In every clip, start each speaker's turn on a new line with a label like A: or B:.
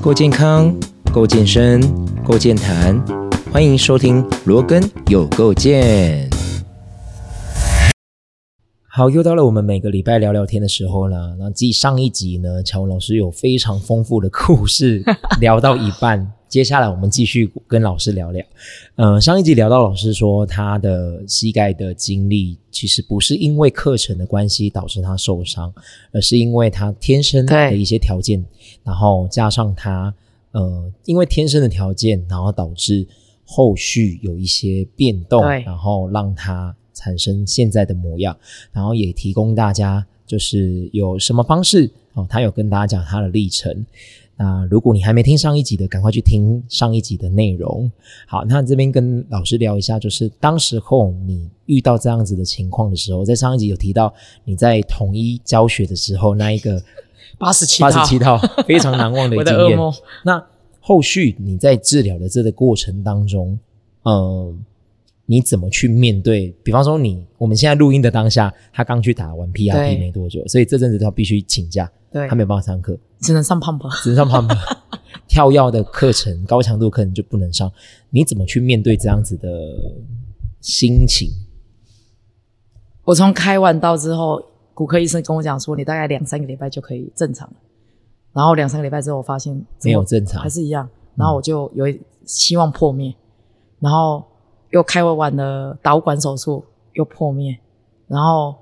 A: 够健康，够健身，够健谈，欢迎收听罗根有够健。好，又到了我们每个礼拜聊聊天的时候啦。那继上一集呢，乔文老师有非常丰富的故事 聊到一半，接下来我们继续跟老师聊聊。呃，上一集聊到老师说他的膝盖的经历，其实不是因为课程的关系导致他受伤，而是因为他天生
B: 对
A: 的一些条件，然后加上他呃，因为天生的条件，然后导致后续有一些变动，
B: 对
A: 然后让他产生现在的模样。然后也提供大家就是有什么方式哦，他有跟大家讲他的历程。那如果你还没听上一集的，赶快去听上一集的内容。好，那这边跟老师聊一下，就是当时候你遇到这样子的情况的时候，在上一集有提到你在统一教学的时候那一 个
B: 87
A: 八
B: 套
A: 十七套非常难 忘的
B: 我
A: 经
B: 的
A: 验。
B: 噩梦。
A: 那后续你在治疗的这个过程当中，呃，你怎么去面对？比方说你，我们现在录音的当下，他刚去打完 PRP
B: 对
A: 没多久，所以这阵子他必须请假，
B: 对
A: 他，没有办法上课，
B: 只能上胖吧。
A: 只能上 旁边跳药的课程、高强度课程就不能上。你怎么去面对这样子的心情？
B: 我从开完刀之后，骨科医生跟我讲说，你大概两三个礼拜就可以正常了。然后两三个礼拜之后，我发现怎么
A: 没有正常
B: 还是一样。然后我就有一希望破灭，然后又开完了导管手术，又破灭。然后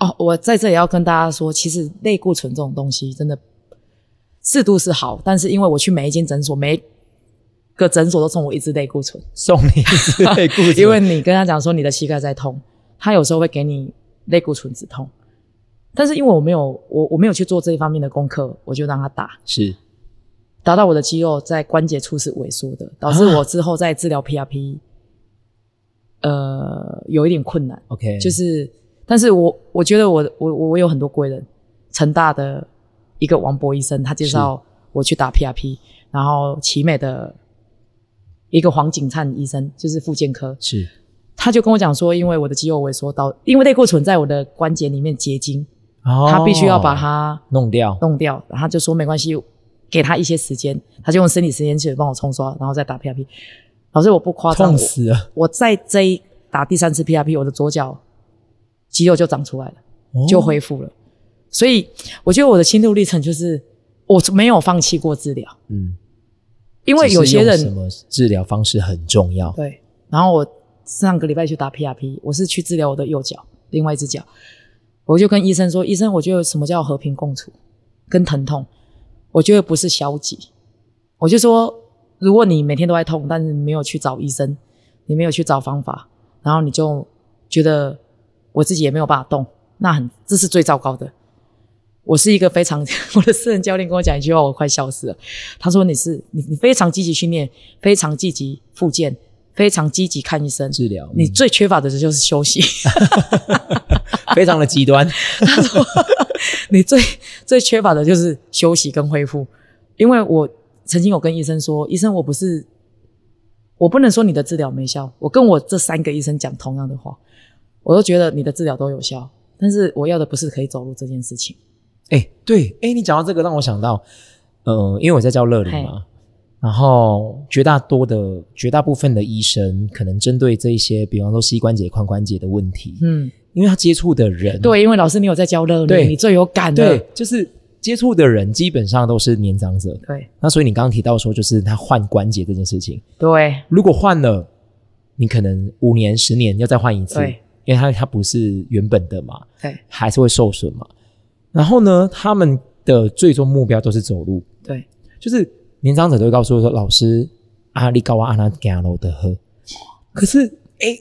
B: 哦，我在这里要跟大家说，其实类固醇这种东西真的适度是好，但是因为我去每一间诊所，每一个诊所都送我一支类固醇。
A: 送你一次类固醇，
B: 因为你跟他讲说你的膝盖在痛，他有时候会给你类固醇止痛，但是因为我没有我我没有去做这一方面的功课，我就让他打，
A: 是
B: 打到我的肌肉在关节处是萎缩的，导致我之后在治疗 PRP，、呃，有一点困难，
A: OK，
B: 就是，但是我我觉得我我我我有很多贵人，成大的一个王博医生，他介绍我去打 PRP，然后奇美的一个黄景灿医生，就是复健科，
A: 是
B: 他就跟我讲说，因为我的肌肉萎缩到，因为类固醇在我的关节里面结晶，
A: 哦
B: 他必须要把它
A: 弄掉，
B: 弄掉。然后他就说没关系，给他一些时间，他就用生理时间去帮我冲刷，然后再打 PRP。老师，我不夸张，
A: 痛
B: 我
A: 死了。
B: 我在这一打第三次 PRP，我的左脚肌肉就长出来了，
A: 哦
B: 就恢复了。所以我觉得我的心路历程就是我没有放弃过治疗，
A: 嗯，
B: 因为有
A: 只
B: 些
A: 是用什
B: 人
A: 么治疗方式很重要，
B: 对，然后我上个礼拜去打 PRP，我是去治疗我的右脚，另外一只脚，我就跟医生说，医生，我觉得什么叫和平共处，跟疼痛，我觉得不是消极，我就说，如果你每天都在痛，但是没有去找医生，你没有去找方法，然后你就觉得我自己也没有办法动，那很这是最糟糕的。我是一个非常，我的私人教练跟我讲一句话，我快笑死了。他说你是你你非常积极训练，非常积极复健，非常积极看医生，
A: 治疗
B: 你
A: 嗯
B: 最缺乏的就是休息。
A: 非常的极 端，
B: 你最最缺乏的就是休息跟恢复。因为我曾经有跟医生说，医生，我不是，我不能说你的治疗没效，我跟我这三个医生讲同样的话，我都觉得你的治疗都有效，但是我要的不是可以走路这件事情。
A: 哎、对，哎、你讲到这个，让我想到，呃，因为我在教乐理嘛，然后绝大多的绝大部分的医生，可能针对这一些，比方说膝关节、髋关节的问题，
B: 嗯，
A: 因为他接触的人，
B: 对，因为老师你有在教乐
A: 对
B: 理，你最有感的。
A: 对，就是接触的人基本上都是年长者，
B: 对
A: 那所以你刚刚提到说，就是他换关节这件事情，
B: 对
A: 如果换了，你可能五年、十年要再换一次，
B: 对
A: 因为他他不是原本的嘛，
B: 对
A: 还是会受损嘛。然后呢，他们的最终目标都是走路，
B: 对
A: 就是年长者都会告诉我说：“老师，阿力高阿阿那加楼的喝。”可是，哎、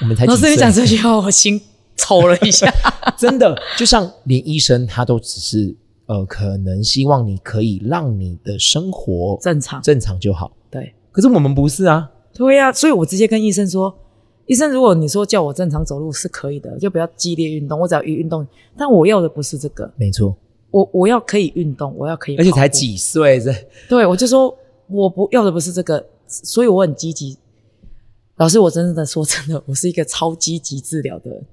A: 我们才
B: 老
A: 几
B: 师
A: 岁
B: 你讲这句话，我心 抽了一下。
A: 真的，就像连医生他都只是呃，可能希望你可以让你的生活
B: 正常，
A: 正常就好。
B: 对
A: 可是我们不是啊，
B: 对呀、所以我直接跟医生说，医生，如果你说叫我正常走路是可以的，就不要激烈运动，我只要一运动，但我要的不是这个，
A: 没错，
B: 我我要可以运动，我要可以，
A: 而且才，几岁，这
B: 对我就说我不要的不是这个，所以我很积极。老师，我真的说真的，我是一个超积极治疗的人。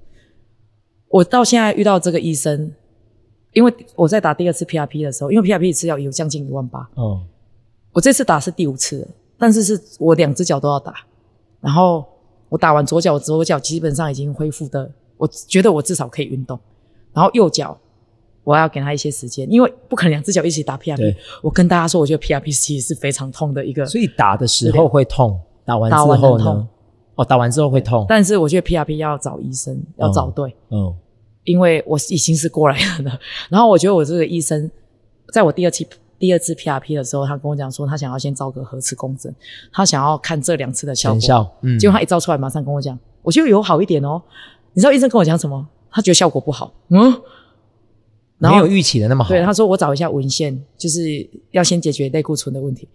B: 我到现在遇到这个医生，因为我在打第二次 PRP 的时候，因为 PRP 一次要有将近一万八，
A: 嗯，
B: 我这次打是第五次了，但是是我两只脚都要打。然后我打完左脚，我左脚基本上已经恢复的，我觉得我至少可以运动。然后右脚我要给他一些时间，因为不可能两只脚一起打 PRP
A: 对。
B: 我跟大家说，我觉得 PRP 其实是非常痛的一个，
A: 所以打的时候会痛，打完之后
B: 打完很痛
A: 呢？哦，打完之后会痛。
B: 但是我觉得 PRP 要找医生，要找对。
A: 嗯，
B: 因为我已经是过来人了。然后我觉得我这个医生，在我第二期第二次 PRP 的时候，他跟我讲说，他想要先照个核磁共振，他想要看这两次的效
A: 成
B: 果。
A: 效。嗯，
B: 结果他一照出来，马上跟我讲，我觉得有好一点哦。你知道医生跟我讲什么？他觉得效果不好。嗯，然
A: 没
B: 后
A: 有预期的那么好。
B: 对，他说我找一下文献，就是要先解决类固醇的问题。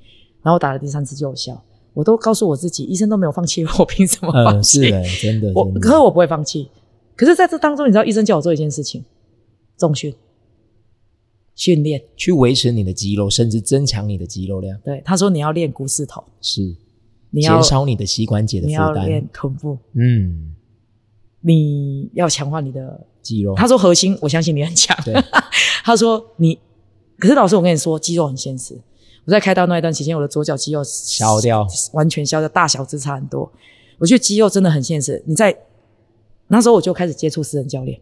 B: 然后我打了第三次就有效，我都告诉我自己，医生都没有放弃我，我凭什么放
A: 嗯，
B: 弃？
A: 是的，真的。
B: 我
A: 真的
B: 可是我不会放弃。可是在这当中，你知道医生叫我做一件事情：重训、训练。
A: 去维持你的肌肉，甚至增强你的肌肉量，
B: 对，他说你要练股四头，
A: 是
B: 你要
A: 减少你的膝关节的
B: 你要
A: 负
B: 练
A: 担。
B: 臀部，
A: 嗯，
B: 你要强化你的。
A: 肌肉。
B: 他说核心，我相信你很强。
A: 对，
B: 他说你，可是老师，我跟你说，肌肉很现实。我在开刀那一段期间，我的左脚肌肉
A: 消
B: 消
A: 掉。
B: 完全消掉，大小只差很多。我觉得肌肉真的很现实。你在那时候我就开始接触私人教练，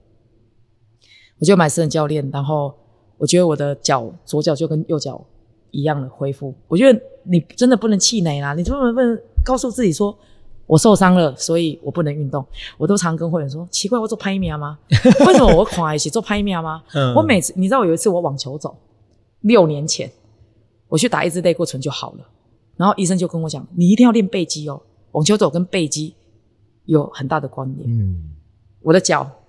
B: 我就买私人教练，然后我觉得我的脚左脚就跟右脚一样的恢复。我觉得你真的不能气馁啊啦，你不能不能告诉自己说。我受伤了，所以我不能运动。我都常跟会员说：“奇怪，我做拍面吗？为什么我狂一起做拍面吗？
A: 嗯
B: 我每次，你知道我有一次我网球走，六年前我去打一支类固醇就好了，然后医生就跟我讲，你一定要练背肌哦，网球走跟背肌有很大的关联。
A: 嗯，
B: 我的脚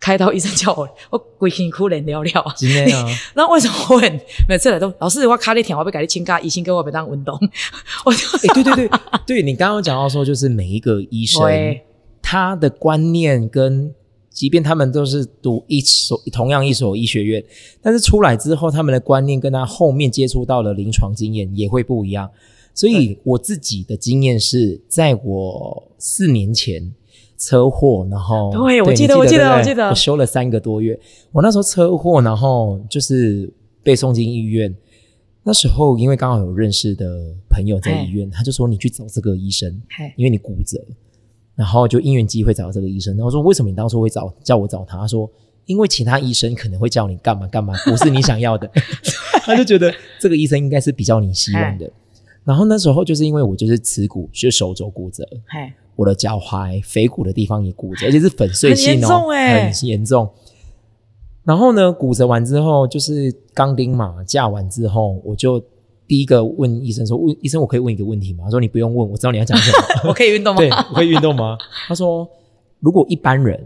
B: 开刀，医生叫我我鬼辛苦人聊聊啊，
A: 今天 啊，
B: 那为什么我很每次来都老师我卡里甜，我被改你请假，医生跟我被当运动，我就
A: 哎、对对对对，你刚刚有讲到说，就是每一个医生
B: 对
A: 他的观念跟，即便他们都是读一所同样一所医学院，但是出来之后，他们的观念跟他后面接触到的临床经验也会不一样。所以我自己的经验是在我四年前车祸，然后
B: 对我
A: 你
B: 记得我记得
A: 对不对
B: 我记得
A: 我休了三个多月。我那时候车祸，然后就是被送进医院。那时候因为刚好有认识的朋友在医院，他就说你去找这个医生，
B: 嗨
A: 因为你骨折，然后就因缘机会找到这个医生。然后说为什么你当初会找叫我找他？他说因为其他医生可能会叫你干嘛干嘛，不是你想要的。 他就觉得这个医生应该是比较你希望的。然后那时候就是因为我就是耻骨，就是手肘骨折，
B: 嗨
A: 我的脚踝腓骨的地方也骨 折，而且是粉碎
B: 很
A: 性
B: 严
A: 哦，
B: 重欸
A: 很严重。然后呢，骨折完之后就是钢钉嘛，架完之后，我就第一个问医生说：“问医生，我可以问一个问题吗？”他说：“你不用问，我知道你要讲什 么。
B: 我可以运动吗？
A: 对，我可以运动吗？他说：“如果一般人，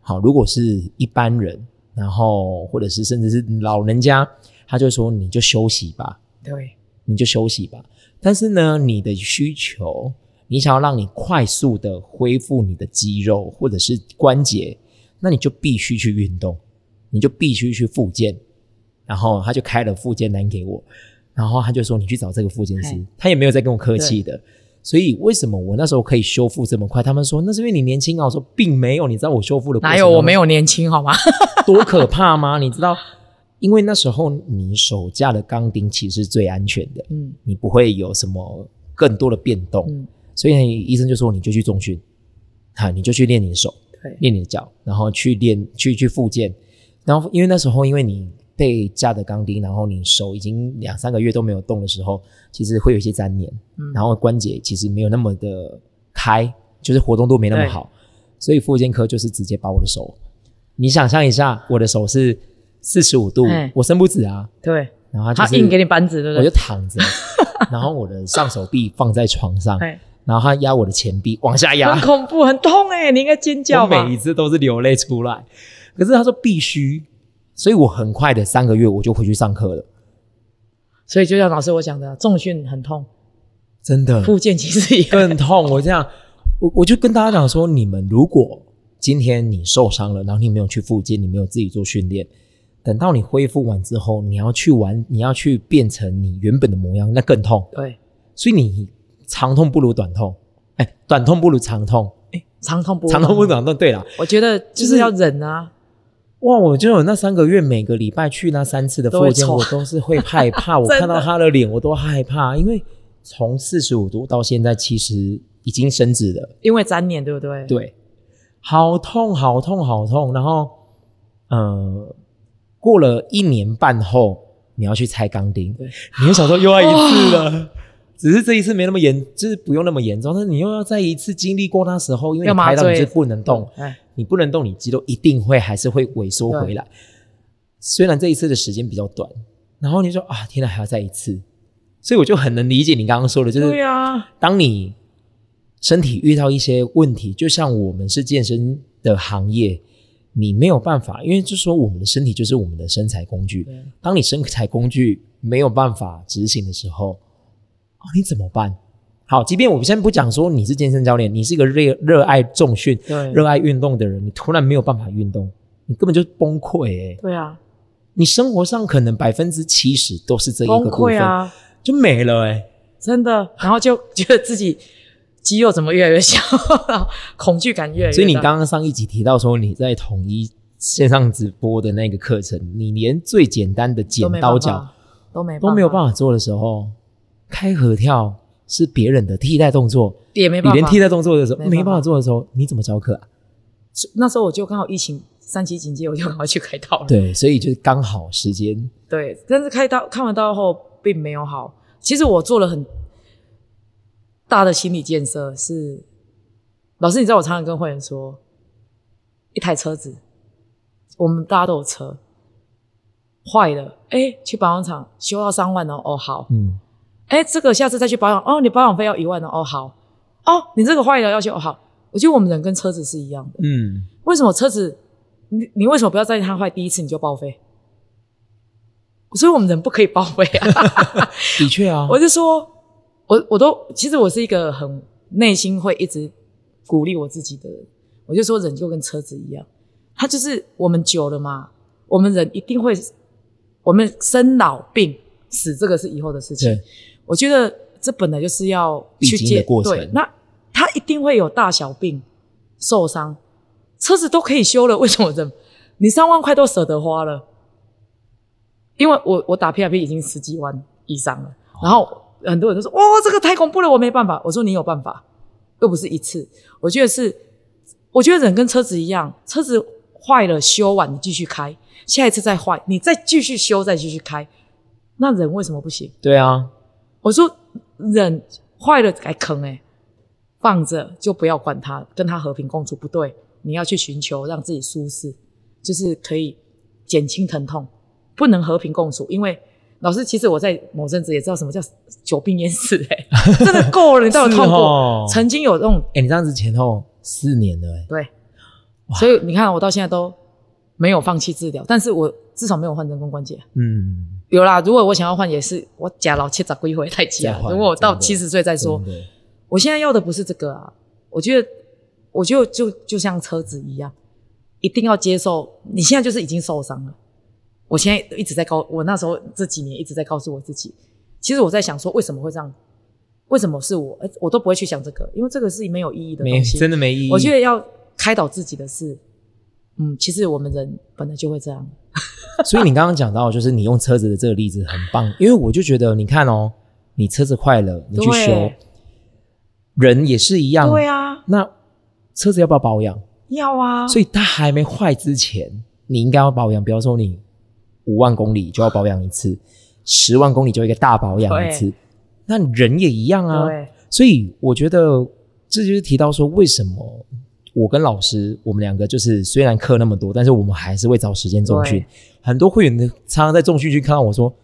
A: 好，如果是一般人，然后或者是甚至是老人家，他就说你就休息吧。”
B: 对
A: 你就休息吧。但是呢，你的需求，你想要让你快速的恢复你的肌肉或者是关节，那你就必须去运动，你就必须去复健。然后他就开了复健单给我，然后他就说你去找这个复健师
B: 嘿，
A: 他也没有再跟我客气的。所以为什么我那时候可以修复这么快？他们说那是因为你年轻啊。我说并没有，你知道我修复的过程
B: 哪有我
A: 当中
B: 没有年轻好吗？
A: 多可怕吗？你知道，因为那时候你手架的钢钉其实是最安全的，
B: 嗯
A: 你不会有什么更多的变动。
B: 嗯，
A: 所以医生就说你就去重训，哈，你就去练你的手，
B: 对
A: 练你的脚，然后去练去去复健。然后因为那时候因为你被架的钢钉，然后你手已经两三个月都没有动的时候，其实会有一些粘连，
B: 嗯
A: 然后关节其实没有那么的开，就是活动度没那么好，所以复健科就是直接把我的手，你想象一下，我的手是四十五度
B: 哎，
A: 我伸不直啊，
B: 对，
A: 然后他
B: 他
A: 就是
B: 硬给你扳指，对不
A: 我就
B: 对？
A: 躺 着，然后我的上手臂放在床上，
B: 哎
A: 然后他压我的前臂往下压
B: 很，恐怖，很痛哎、你应该尖叫
A: 我
B: 吧
A: 每？一次都是流泪出来。可是他说必须，所以我很快的三个月我就回去上课了，
B: 所以就像老师我讲的，重训很痛，
A: 真的
B: 复健其实也
A: 更痛。我这样，我我就跟大家讲说，你们如果今天你受伤了，然后你没有去复健，你没有自己做训练，等到你恢复完之后，你要去玩，你要去变成你原本的模样，那更痛。
B: 对，
A: 所以你长痛不如短痛，哎，短痛不如长痛，
B: 长痛不
A: 长痛不如，短痛。对啦，
B: 我觉得就是要忍啊，
A: 哇，我就有那三个月，每个礼拜去那三次的
B: 都
A: 复
B: 会
A: 健，
B: 抽
A: 我都是会害 怕。我
B: 真的
A: 看到他的脸，我都害怕，因为从四十五度到现在，其实已经升值了。
B: 因为粘黏，对不对？，
A: 对，好痛，好痛，好痛。然后，呃，过了一年半后，你要去拆钢钉，
B: 对
A: 你又想说又要一次了。 只是这一次没那么严，就是不用那么严重，但是你又要再一次经历过那时候，因为
B: 要
A: 你
B: 麻
A: 拍到你
B: 醉
A: 就不能动，
B: 哎，
A: 你不能动，你肌肉一定会还是会萎缩回来。虽然这一次的时间比较短，然后你就说啊，天哪，还要再一次，所以我就很能理解你刚刚说的，就是
B: 对啊，
A: 当你身体遇到一些问题，就像我们是健身的行业，你没有办法，因为就说我们的身体就是我们的身材工具。
B: 对
A: 当你身材工具没有办法执行的时候，哦，你怎么办？好，即便我们先不讲说你是健身教练，你是一个热热爱重训、
B: 对啊
A: 热爱运动的人，你突然没有办法运动，你根本就崩溃欸
B: 对啊，
A: 你生活上可能百分之七十都是这一个部
B: 崩
A: 分，
B: 溃啊，
A: 就没了哎、
B: 真的，然后就 觉得自己肌肉怎么越来越小， 然后恐惧感越来越大。
A: 所以你刚刚上一集提到说你在统一线上直播的那个课程，你连最简单的剪
B: 都没办
A: 刀
B: 法
A: 脚
B: 都没
A: 都没有办
B: 法，
A: 法做的时候，开合跳是别人的替代动作，
B: 也没
A: 你
B: 办法。
A: 连替代动作的时候
B: 没办法
A: 没办法做的时候，你怎么教课啊？
B: 那时候我就刚好疫情三级警戒，我就赶快去开刀了。
A: 对，所以就是刚好时间，
B: 对，但是开刀看完刀后并没有好。其实我做了很大的心理建设是，老师，你知道我常常跟会员说，一台车子，我们大家都有车，坏了，哎，去保养厂修要三万哦，哦好，
A: 嗯，
B: 哎，这个下次再去保养，哦，你保养费要一万哦，哦好，哦，你这个坏了要修哦好。我觉得我们人跟车子是一样的，
A: 嗯，
B: 为什么车子，你你为什么不要在它坏第一次你就报废？所以我们人不可以报废啊！
A: 的确啊，
B: 我就说，我我都其实我是一个很内心会一直鼓励我自己的人。我就说，人就跟车子一样，它就是我们久了嘛，我们人一定会，我们生老病死，这个是以后的事情
A: 对。，
B: 我觉得这本来就是要
A: 必
B: 去
A: 经的
B: 戒
A: 过
B: 对
A: 程
B: 那他一定会有大小病、受伤，车子都可以修了，为什么人你三万块都舍得花了？因为我我打 P R P 已经十几万以上了，
A: 哦
B: 然后很多人都说：“哇、哦这个太恐怖了，我没办法。”我说：“你有办法，又不是一次。”我觉得是，我觉得人跟车子一样，车子坏了修完你继续开，下一次再坏你再继续修再继续开，那人为什么不行？
A: 对啊，
B: 我说忍坏了才坑哎、欸，放着就不要管它，跟它和平共处不对，你要去寻求让自己舒适，就是可以减轻疼痛，不能和平共处，因为。老师，其实我在某阵子也知道什么叫久病淹死、 欸，哎，真的够了，你到底有痛
A: 是
B: 过？
A: 哦
B: 曾经有那种
A: 哎，你这样子前后四年了，哎，
B: 对，所以你看我到现在都没有放弃治疗，但是我至少没有换人工关节。
A: 嗯，
B: 有啦，如果我想要换，也是我假老七十几回再假
A: 再，换
B: 如果我到
A: 真的
B: 七十岁再说，
A: 真的
B: 我现在要的不是这个啊，我觉得，我就就就像车子一样，一定要接受。你现在就是已经受伤了。我现在一直在告，我那时候这几年一直在告诉我自己，其实我在想说，为什么会这样？为什么是我？呃我都不会去想这个，因为这个是没有意义的
A: 没
B: 东西。
A: 真的没意义，
B: 我觉得要开导自己的是，嗯，其实我们人本来就会这样。
A: 所以你刚刚讲到，就是你用车子的这个例子很棒，因为我就觉得，你看哦，你车子坏了，你去
B: 对
A: 修，人也是一样。
B: 对啊，
A: 那车子要不要保养？
B: 要啊。
A: 所以它还没坏之前，你应该要保养。比方说，你五万公里就要保养一次，十万公里就一个大保养一次。那人也一样啊。
B: 对
A: 所以我觉得这就是提到说，为什么我跟老师我们两个就是虽然课那么多，但是我们还是会找时间重训
B: 对。
A: 很多会员的常常在重训区看到我说：“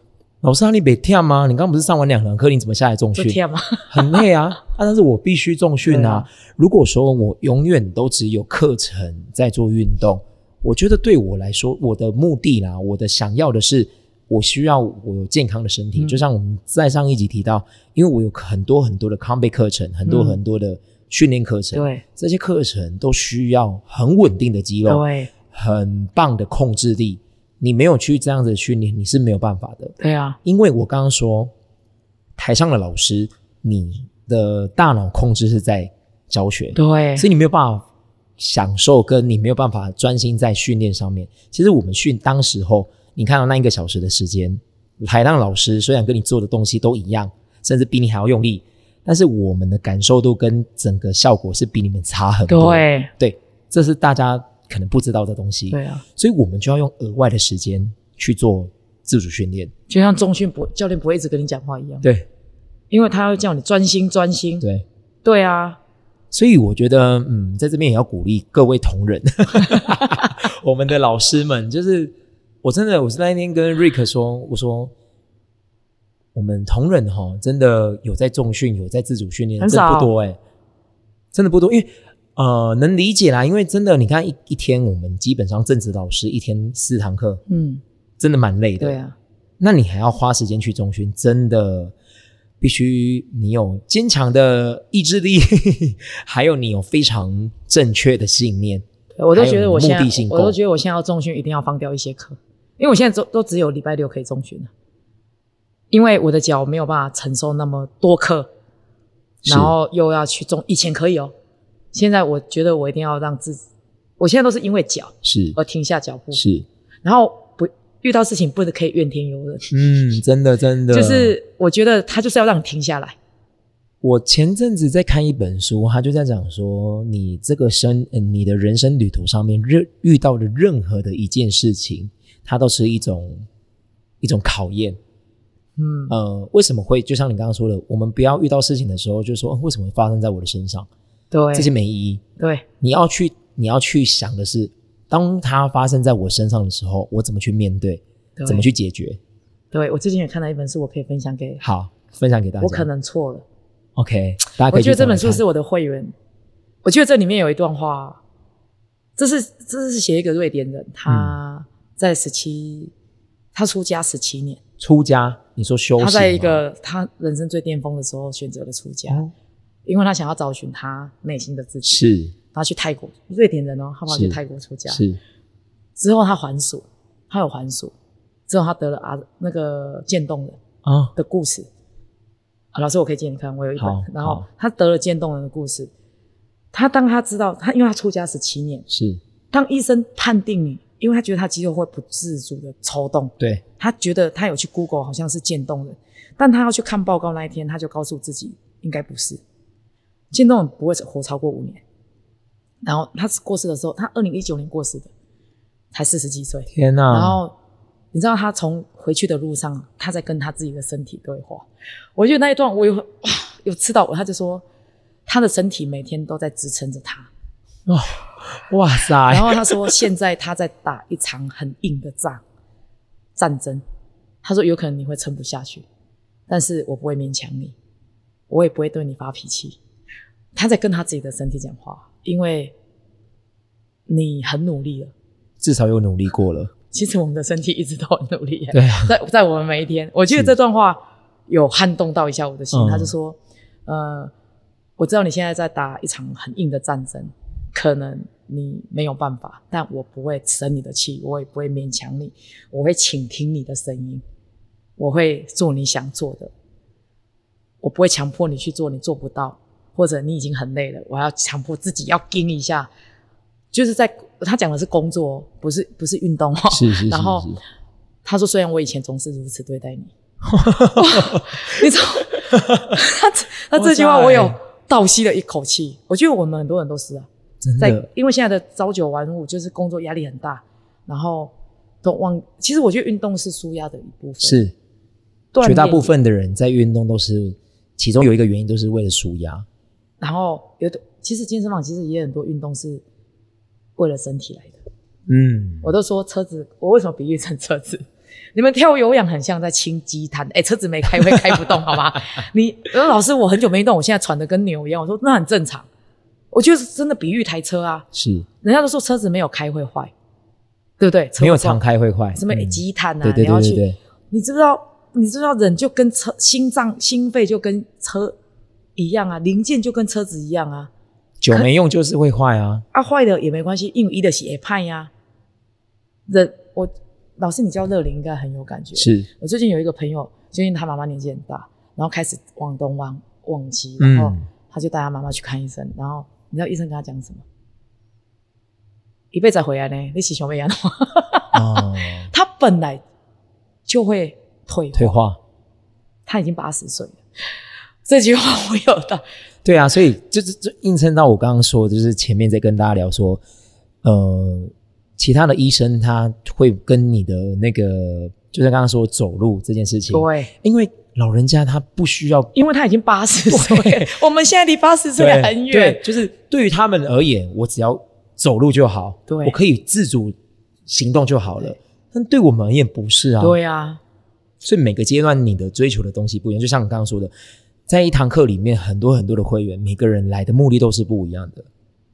A: 老师啊，你别跳吗？你刚刚不是上完两堂课，你怎么下来重
B: 就
A: 训？
B: 天嘛，
A: 很累啊啊！但是我必须重训
B: 对
A: 啊。
B: 啊
A: 如果说我永远都只有课程在做运动，我觉得对我来说，我的目的啦，我的想要的是，我需要我有健康的身体。
B: 嗯
A: 就像我们在上一集提到，因为我有很多很多的康 o 课程，很多
B: 嗯
A: 很多的训练课程，
B: 对
A: 这些课程都需要很稳定的肌肉，
B: 对
A: 很棒的控制力。你没有去这样子训练，你是没有办法的。
B: 对啊，
A: 因为我刚刚说，台上的老师，你的大脑控制是在教学，
B: 对
A: 所以你没有办法享受跟你没有办法专心在训练上面。其实我们训当时候，你看到那一个小时的时间，海浪老师虽然跟你做的东西都一样，甚至比你还要用力，但是我们的感受度跟整个效果是比你们差很多。
B: 对
A: 对，这是大家可能不知道的东西。
B: 对啊，
A: 所以我们就要用额外的时间去做自主训练。
B: 就像中训不教练不会一直跟你讲话一样，
A: 对
B: 因为他要叫你专心专心。
A: 对，
B: 对啊，
A: 所以我觉得，嗯，在这边也要鼓励各位同 仁，我们的老师们，就是我真的，我是那一天跟瑞克说，我说我们同仁哈，真的有在重训，有在自主训练，
B: 很
A: 真的
B: 少
A: 不多哎、真的不多，因为。呃，能理解啦，因为真的，你看一一天，我们基本上正职老师一天四堂课，
B: 嗯，
A: 真的蛮累的。
B: 对啊，
A: 那你还要花时间去中训，真的必须你有坚强的意志力， 还有你有非常正确的信念。
B: 对我都
A: 还有
B: 觉得我
A: 目
B: 现在
A: 的性
B: 我都
A: 够
B: 觉得我现在要重训一定要放掉一些课，因为我现在都都只有礼拜六可以重训了，因为我的脚没有办法承受那么多课，
A: 是
B: 然后又要去重，以前可以哦，现在我觉得我一定要让自己，我现在都是因为脚
A: 是
B: 而停下脚步，
A: 是，
B: 然后不遇到事情不能可以怨天尤人，
A: 嗯，真的真的，
B: 就是我觉得他就是要让你停下来，
A: 我前阵子在看一本书，他就在讲说，你这个生，呃、你的人生旅途上面任遇到的任何的一件事情，它都是一种一种考验。
B: 嗯，
A: 呃，为什么会就像你刚刚说的，我们不要遇到事情的时候就说、呃为什么会发生在我的身上，
B: 对
A: 这些没意义。
B: 对
A: 你要去你要去想的是，当它发生在我身上的时候，我怎么去面对，
B: 对，
A: 怎么去解决。
B: 对我最近也看到一本书，我可以分享给
A: 好，分享给大家。
B: 我可能错了。
A: OK，大家可
B: 我
A: 以去
B: 觉得这
A: 找来
B: 本书
A: 看
B: 是我的会员。我觉得这里面有一段话，这是这是写一个瑞典人，他
A: 嗯
B: 在十七、他出家十七年，
A: 出家，你说修行啊
B: 他
A: 吗，
B: 在一个他人生最巅峰的时候选择了出家，
A: 哦
B: 因为他想要找寻他内心的自己。
A: 是
B: 他去泰国，瑞典人哦，他跑去
A: 是
B: 泰国出家，
A: 是
B: 之后他还俗，他有还俗，之后他得了啊那个渐冻人。
A: 啊，
B: 的故事。啊、老师，我可以借你看，我有一
A: 好
B: 本。然后
A: 好
B: 他得了渐冻人的故事，他当他知道他，因为他出家十七年，
A: 是
B: 当医生判定你，因为他觉得他肌肉会不自主的抽动，
A: 对
B: 他觉得他有去 Google 好像是渐冻人，但他要去看报告那一天，他就告诉自己应该不是，渐冻人不会活超过五年。然后他过世的时候，他二零一九年过世的，才四十几岁。
A: 天哪、
B: 然后你知道他从回去的路上，他在跟他自己的身体对话。我觉得那一段我有有刺到我，他就说他的身体每天都在支撑着他。
A: 哇塞，
B: 然后他说现在他在打一场很硬的仗，战争。他说有可能你会撑不下去，但是我不会勉强你，我也不会对你发脾气。他在跟他自己的身体讲话，因为你很努力了。
A: 至少有努力过了，
B: 其实我们的身体一直都很努力耶，
A: 对啊，
B: 在在我们每一天，我记得
A: 是
B: 这段话有撼动到一下我的心。
A: 嗯
B: 他就说：“呃，我知道你现在在打一场很硬的战争，可能你没有办法，但我不会生你的气，我也不会勉强你，我会倾听你的声音，我会做你想做的，我不会强迫你去做你做不到，或者你已经很累了，我要强迫自己要盯一下。”就是在他讲的是工作哦，不是不是运动哦。
A: 是是是
B: 然后
A: 是是
B: 他说：“虽然我以前总是如此对 待你，你知道 他这他这句话
A: 欸
B: 我有倒吸了一口气。我觉得我们很多人都是啊，
A: 真
B: 在
A: 的
B: 因为现在的朝九晚五，就是工作压力很大，然后都忘。其实我觉得运动是舒压的一部分，
A: 是
B: 锻炼
A: 绝大部。分的人在运动都是，其中有一个原因都是为了舒压，
B: 然后有的其实健身房其实也很多运动是为了身体来的。
A: 嗯，
B: 我都说车子，我为什么比喻成车子？ 你们跳有氧很像在清积碳，哎、车子没开会开不动，好吗？你呃老师，我很久没动，我现在喘得跟牛一样。我说那很正常，我就是真的比喻台车啊，
A: 是
B: 人家都说车子没有开会坏，对不对？车
A: 没有
B: 会撞
A: 常开会坏，
B: 什么
A: 嗯
B: 积碳啊，
A: 对对
B: 你要
A: 对对
B: 去，
A: 对，
B: 你知不知道？你知不知道人就跟车心脏心肺就跟车一样啊，零件就跟车子一样啊，
A: 久没用就是会坏啊，
B: 啊坏了也没关系，因为一的血派呀、啊人我老师，你教乐龄应该很有感觉。
A: 是
B: 我最近有一个朋友，最近他妈妈年纪很大，然后开始忘东忘忘西，然后
A: 嗯
B: 他就带他妈妈去看医生，然后你知道医生跟他讲什么？一辈子回来呢，你是想要安怎样？
A: 哦，
B: 他本来就会退
A: 退化，
B: 他已经八十岁了。这句话我有的，
A: 对啊，所以这这这映衬到我刚刚说的，就是前面在跟大家聊说，呃，其他的医生他会跟你的那个，就是刚刚说走路这件事情，
B: 对，
A: 因为老人家他不需要
B: 因为他已经八十岁了
A: 对，
B: 我们现在离八十岁
A: 对
B: 很远
A: 对，。就是对于他们而言，我只要走路就好，
B: 对
A: 我可以自主行动就好了
B: 对。
A: 但对我们而言不是啊，
B: 对啊，
A: 所以每个阶段你的追求的东西不一样，就像你刚刚说的，在一堂课里面，很多很多的会员，每个人来的目的都是不一样的。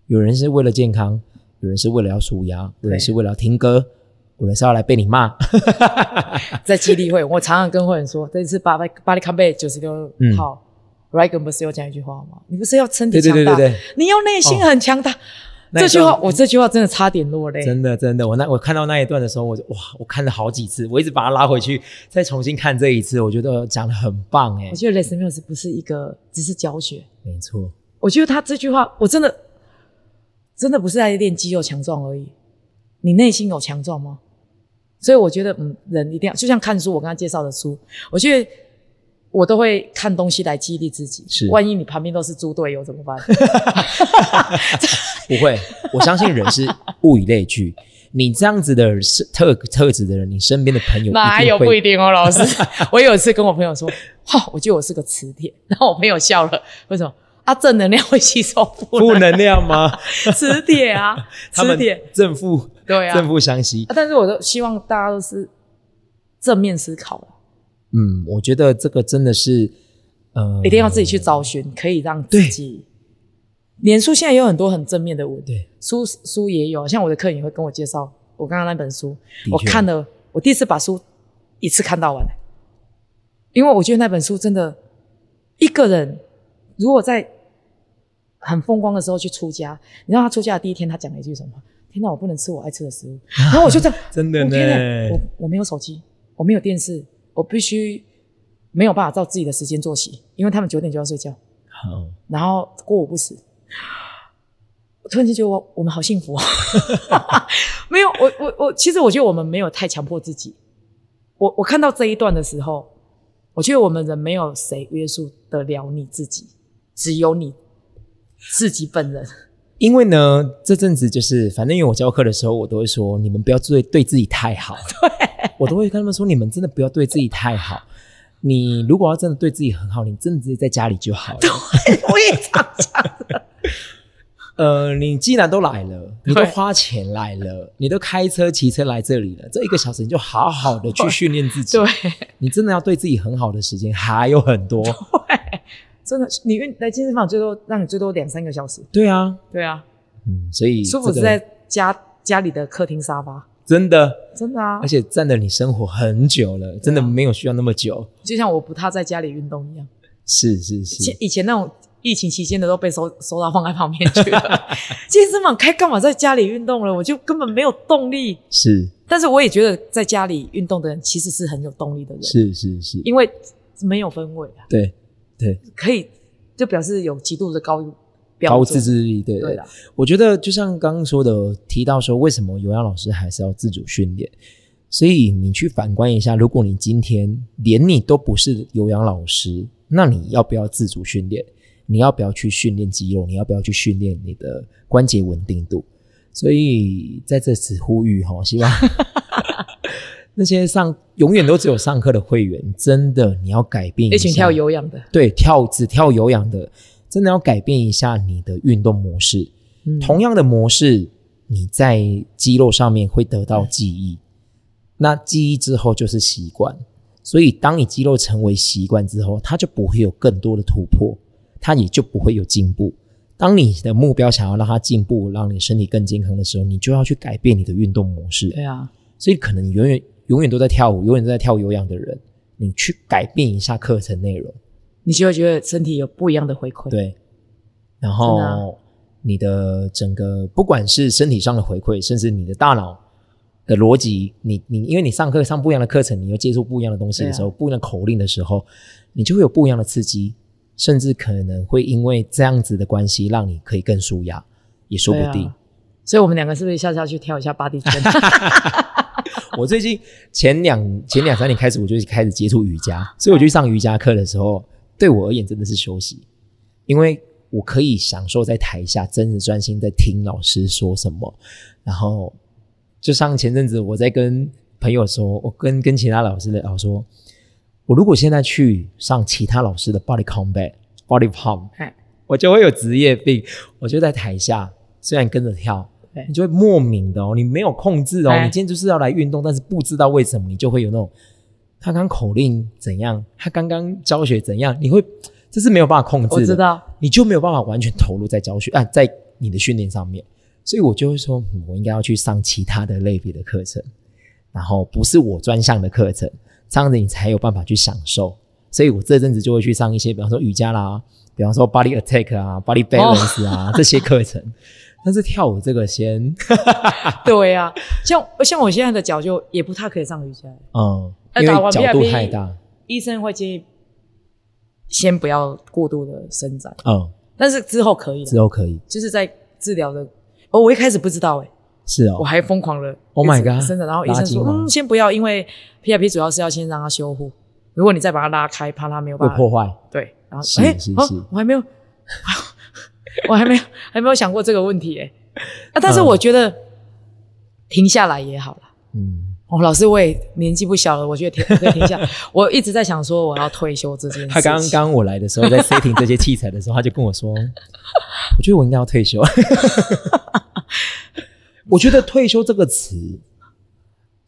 A: 有人是为了健康，有人是为了要舒压，有人是为了要听歌，有人是要来被你骂。
B: 在激励会，我常常跟会员说，这次巴巴巴黎康贝九十六
A: 嗯
B: 号、r e g a n 不是有讲一句话吗？你不是要身体
A: 对
B: 强
A: 对
B: 大，
A: 对对对，哦
B: 你要内心很强大。
A: 那
B: 这句
A: 一
B: 话，
A: 段
B: 我这句话真的差点落泪。
A: 真的真的，我那我看到那一段的时候，我就哇，我看了好几次，我一直把它拉回去，再重新看这一次，我觉得呃讲的很棒哎
B: 我，觉得 Les Mills 不是一个只是教学，
A: 没错，
B: 我觉得他这句话，我真的真的不是在练肌肉强壮而已，你内心有强壮吗？所以我觉得，嗯，人一定要就像看书，我刚刚介绍的书，我觉得我都会看东西来激励自己。
A: 是
B: 万一你旁边都是猪队友怎么办？
A: 不会，我相信人是物以类聚。你这样子的是特特质的人，你身边的朋友
B: 哪有
A: 定
B: 不
A: 会
B: 一定 哦，老师。我有一次跟我朋友说，哈，我觉得我是个磁铁，然后我朋友笑了，为什么？啊，正能量会吸收负
A: 负
B: 能
A: 能量吗？
B: 磁铁啊，
A: 他
B: 磁
A: 们
B: 铁
A: 正负
B: 对啊
A: 正负相吸
B: 啊。但是我都希望大家都是正面思考啊，
A: 嗯，我觉得这个真的是，呃，
B: 一定要自己去找寻，可以让自己。脸书现在有很多很正面的文，
A: 对，
B: 书书也有，啊像我的客人也会跟我介绍我刚刚那本书，
A: 的
B: 我
A: 确
B: 看了，我第一次把书一次看到完，欸因为我觉得那本书真的，一个人如果在很风光的时候去出家，你知道他出家的第一天，他讲了一句什么？天哪，我不能吃我爱吃的食物。然后我就这样，
A: 真的
B: 我
A: 呢
B: 天哪，我我没有手机，我没有电视，我必须没有办法照自己的时间作息，因为他们九点就要睡觉，
A: 好，
B: 然后过午不食。我突然间觉得我我们好幸福、 哦，没有我我我，其实我觉得我们没有太强迫自己。我我看到这一段的时候，我觉得我们人没有谁约束得了你自己，只有你自己本人。
A: 因为呢，这阵子就是，反正因为我教课的时候，我都会说，你们不要对对自己太好。 对，我都会跟他们说，你们真的不要对自己太好。你如果要真的对自己很好，你真的直接在家里就好了。
B: 我也常常
A: 呃，你既然都来了，你都
B: 对
A: 花钱来了，你都开车、骑车来这里了，这一个小时你就好好的去训练自己。
B: 对。
A: 你真的要对自己很好的时间还有很 多。
B: 真的，你运来健身房最多让你最多两三个小时。
A: 对啊，
B: 对啊，
A: 嗯，所以
B: 舒服
A: 这
B: 是
A: 个
B: 在家家里的客厅沙发，
A: 真的，
B: 真的啊
A: 而。且占了你生活很久了，真的没有需要那么久。
B: 就像我不踏在家里运动一样，
A: 是是
B: 以
A: 是，
B: 以前那种疫情期间的都被收收到放在旁边去了。 健身房开干嘛在家里运动了？我就根本没有动力。
A: 是
B: 但是我也觉得在家里运动的人其实是很有动力的人，
A: 是是是，
B: 因为没有氛围啊，
A: 对对，
B: 可以就表示有极度的高标准
A: 高自制力，对
B: 对
A: 对
B: 啦，
A: 我觉得就像刚刚说的，提到说为什么有氧老师还是要自主训练，所以你去反观一下，如果你今天连你都不是有氧老师，那你要不要自主训练？你要不要去训练肌肉？你要不要去训练你的关节稳定度？所以在这此呼吁哈，希望那些上永远都只有上课的会员，真的你要改变
B: 一
A: 一
B: 群
A: 下
B: 哎跳有氧的，
A: 对跳只跳有氧的，真的要改变一下你的运动模式。
B: 嗯
A: 同样的模式，你在肌肉上面会得到记
B: 嗯
A: 忆，那记忆之后就是习惯。所以，当你肌肉成为习惯之后，它就不会有更多的突破，它也就不会有进步。当你的目标想要让它进步，让你身体更健康的时候，你就要去改变你的运动模式。
B: 对啊，
A: 所以可能你永远永远都在跳舞，永远都在跳有氧的人，你去改变一下课程内容，
B: 你就会觉得身体有不一样的回馈。
A: 对，然
B: 真的啊
A: 后你的整个不管是身体上的回馈，甚至你的大脑的逻辑，你你因为你上课上不一样的课程，你又接触不一样的东西的时
B: 啊
A: 候，不一样的口令的时候，你就会有不一样的刺激，甚至可能会因为这样子的关系，让你可以更舒压，也说不
B: 对啊
A: 定。
B: 所以我们两个是不是下下去跳一 下八地圈？
A: 我最近前两前两三年开始，我就开始接触瑜伽，所以我去上瑜伽课的时候，对我而言真的是休息，因为我可以享受在台下真的专心在听老师说什么。然后，就像前阵子我在跟朋友说，我跟跟其他老师聊说，我如果现在去上其他老师的 body combat、body pump，
B: 哎
A: 我就会有职业病，我就在台下虽然跟着跳
B: 对，
A: 你就会莫名的哦，你没有控制哦，
B: 哎
A: 你今天就是要来运动，但是不知道为什么你就会有那种，他刚口令怎样，他刚刚教学怎样，你会这是没有办法控制的，
B: 我知道，
A: 你就没有办法完全投入在教学啊，在你的训练上面，所以我就会说，嗯我应该要去上其他的类别的课程，然后不是我专项的课程，这样子你才有办法去享受。所以我这阵子就会去上一些，比方说瑜伽啦，比方说 body attack 啊，body balance
B: 哦
A: 啊、 这些课程。但是跳舞这个先，
B: 对啊，像像我现在的脚就也不太可以上瑜伽，
A: 嗯，
B: 哎
A: 因
B: 打完 E
A: 为角
B: PRP
A: 度太大，
B: 医生会建议先不要过度的伸展，
A: 嗯，
B: 但是之后可以
A: 之
B: 了，
A: 后可以，
B: 就是在治疗的。哦，我一开始不知道哎、
A: 是
B: 我
A: 哦，
B: 还疯狂了
A: Oh my god，
B: 伸展，然后医
A: 拉
B: 生说
A: 筋吗
B: 嗯先不要，因为 PRP 主要是要先让它修护，如果你再把它拉开，怕它没有
A: 会
B: 办法
A: 破坏，
B: 对，然后
A: 是
B: 哎
A: 是是
B: 哦，我还没有， 我还没有还没有想过这个问题哎、啊，但是我觉得停下来也好啦。
A: 嗯，
B: 哦，老师，我也年纪不小了，我觉得停我可以 停下。我一直在想说我要退休这件事情。
A: 他刚刚刚我来的时 候，在 setting 这些器材的时候，他就跟我说：“我觉得我应该要退 休。”我觉得“退休”这个词，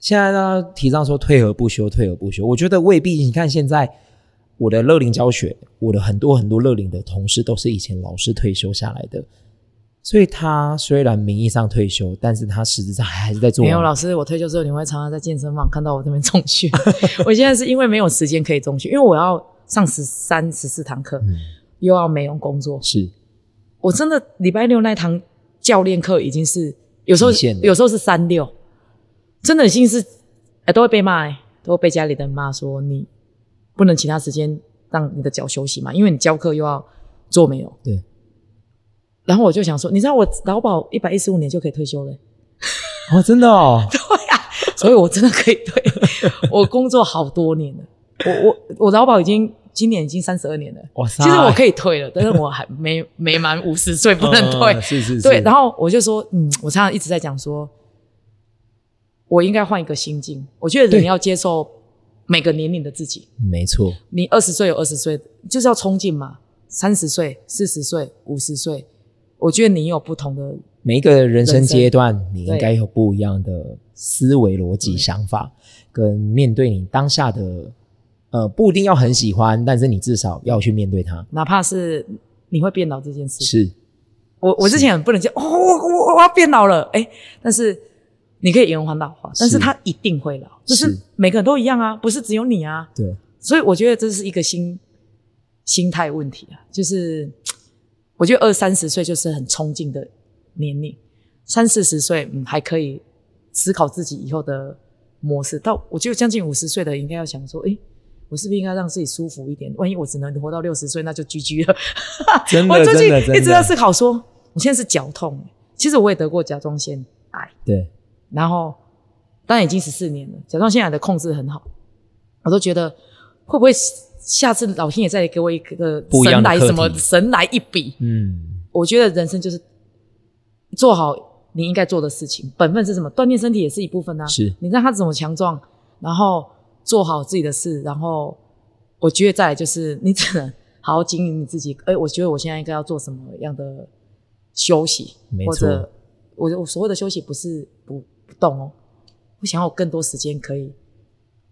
A: 现在大家提倡说“退而不休”，“退而不休”，我觉得未必。你看现在我的乐龄教学，我的很多很多乐龄的同事都是以前老师退休下来的，所以他虽然名义上退休，但是他实质上还是在做
B: 没有老师，我退休之后你会常常在健身房看到我这边重训。 我现在是因为没有时间可以重训，因为我要上十三、十四堂课，
A: 嗯，
B: 又要美容工作。
A: 是
B: 我真的礼拜六那堂教练课已经是有时候
A: 极限了
B: 有时候是三六，真的已经是哎、都会被骂、哎都会被家里的人骂说你不能其他时间让你的脚休息嘛，因为你教课又要做美容。
A: 对。
B: 然后我就想说，你知道我劳保一百一十五年就可以退休了、欸
A: 哦，真的哦，
B: 所以我真的可以退。 我工作好多年了，我我我劳保已经今年已经三十二年了，
A: 哇塞，
B: 其实我可以退了，但是我还没没满五十岁不能退
A: 嗯，是是是，
B: 对，然
A: 后
B: 后我就说，嗯，我常常一直在讲说，我应该换一个心境。我觉得人
A: 对
B: 要接受每个年龄的自己，
A: 嗯没错，
B: 你二十岁有二十岁，就是要冲劲嘛。三十岁、四十岁、五十岁，我觉得你有不同的，
A: 每一个人生
B: 人生
A: 阶段，你应该有不一样的思维逻辑、想法，跟面对你当下的，呃，不一定要很喜欢，但是你至少要去面对它。
B: 哪怕是你会变老这件事。
A: 是，
B: 我我之前很不能接，哦，我我我要变老了，哎，但是你可以延缓老化，但是
A: 是
B: 它一定会老，就是
A: 是
B: 每个人都一样啊，不是只有你啊。
A: 对，
B: 所以我觉得这是一个心心态问题啊，就是我觉得二三十岁就是很冲劲的年龄，三四十岁嗯还可以思考自己以后的模式，到我觉得将近五十岁的应该要想说，诶，我是不是应该让自己舒服一点？万一我只能活到六十岁，那就 GG 了。
A: 真的
B: 我最近
A: 真的真的
B: 一直在思考说，我现在是脚痛，其实我也得过甲状腺癌。
A: 对，
B: 然后当然已经十四年了，甲状腺癌的控制很好，我都觉得会不会下次老天爷再给我一个
A: 不一样
B: 神
A: 的课
B: 来
A: 题
B: 什么神来一笔？
A: 嗯，
B: 我觉得人生就是做好你应该做的事情，本分是什么？锻炼身体也是一部分啊。
A: 是
B: 你让他怎么强壮，然后做好自己的事，然后我觉得再来就是你只能好好经营你自己。哎，我觉得我现在应该要做什么样的休息
A: 没，错
B: 或者我我所谓的休息不是不不动哦，我想要有更多时间可以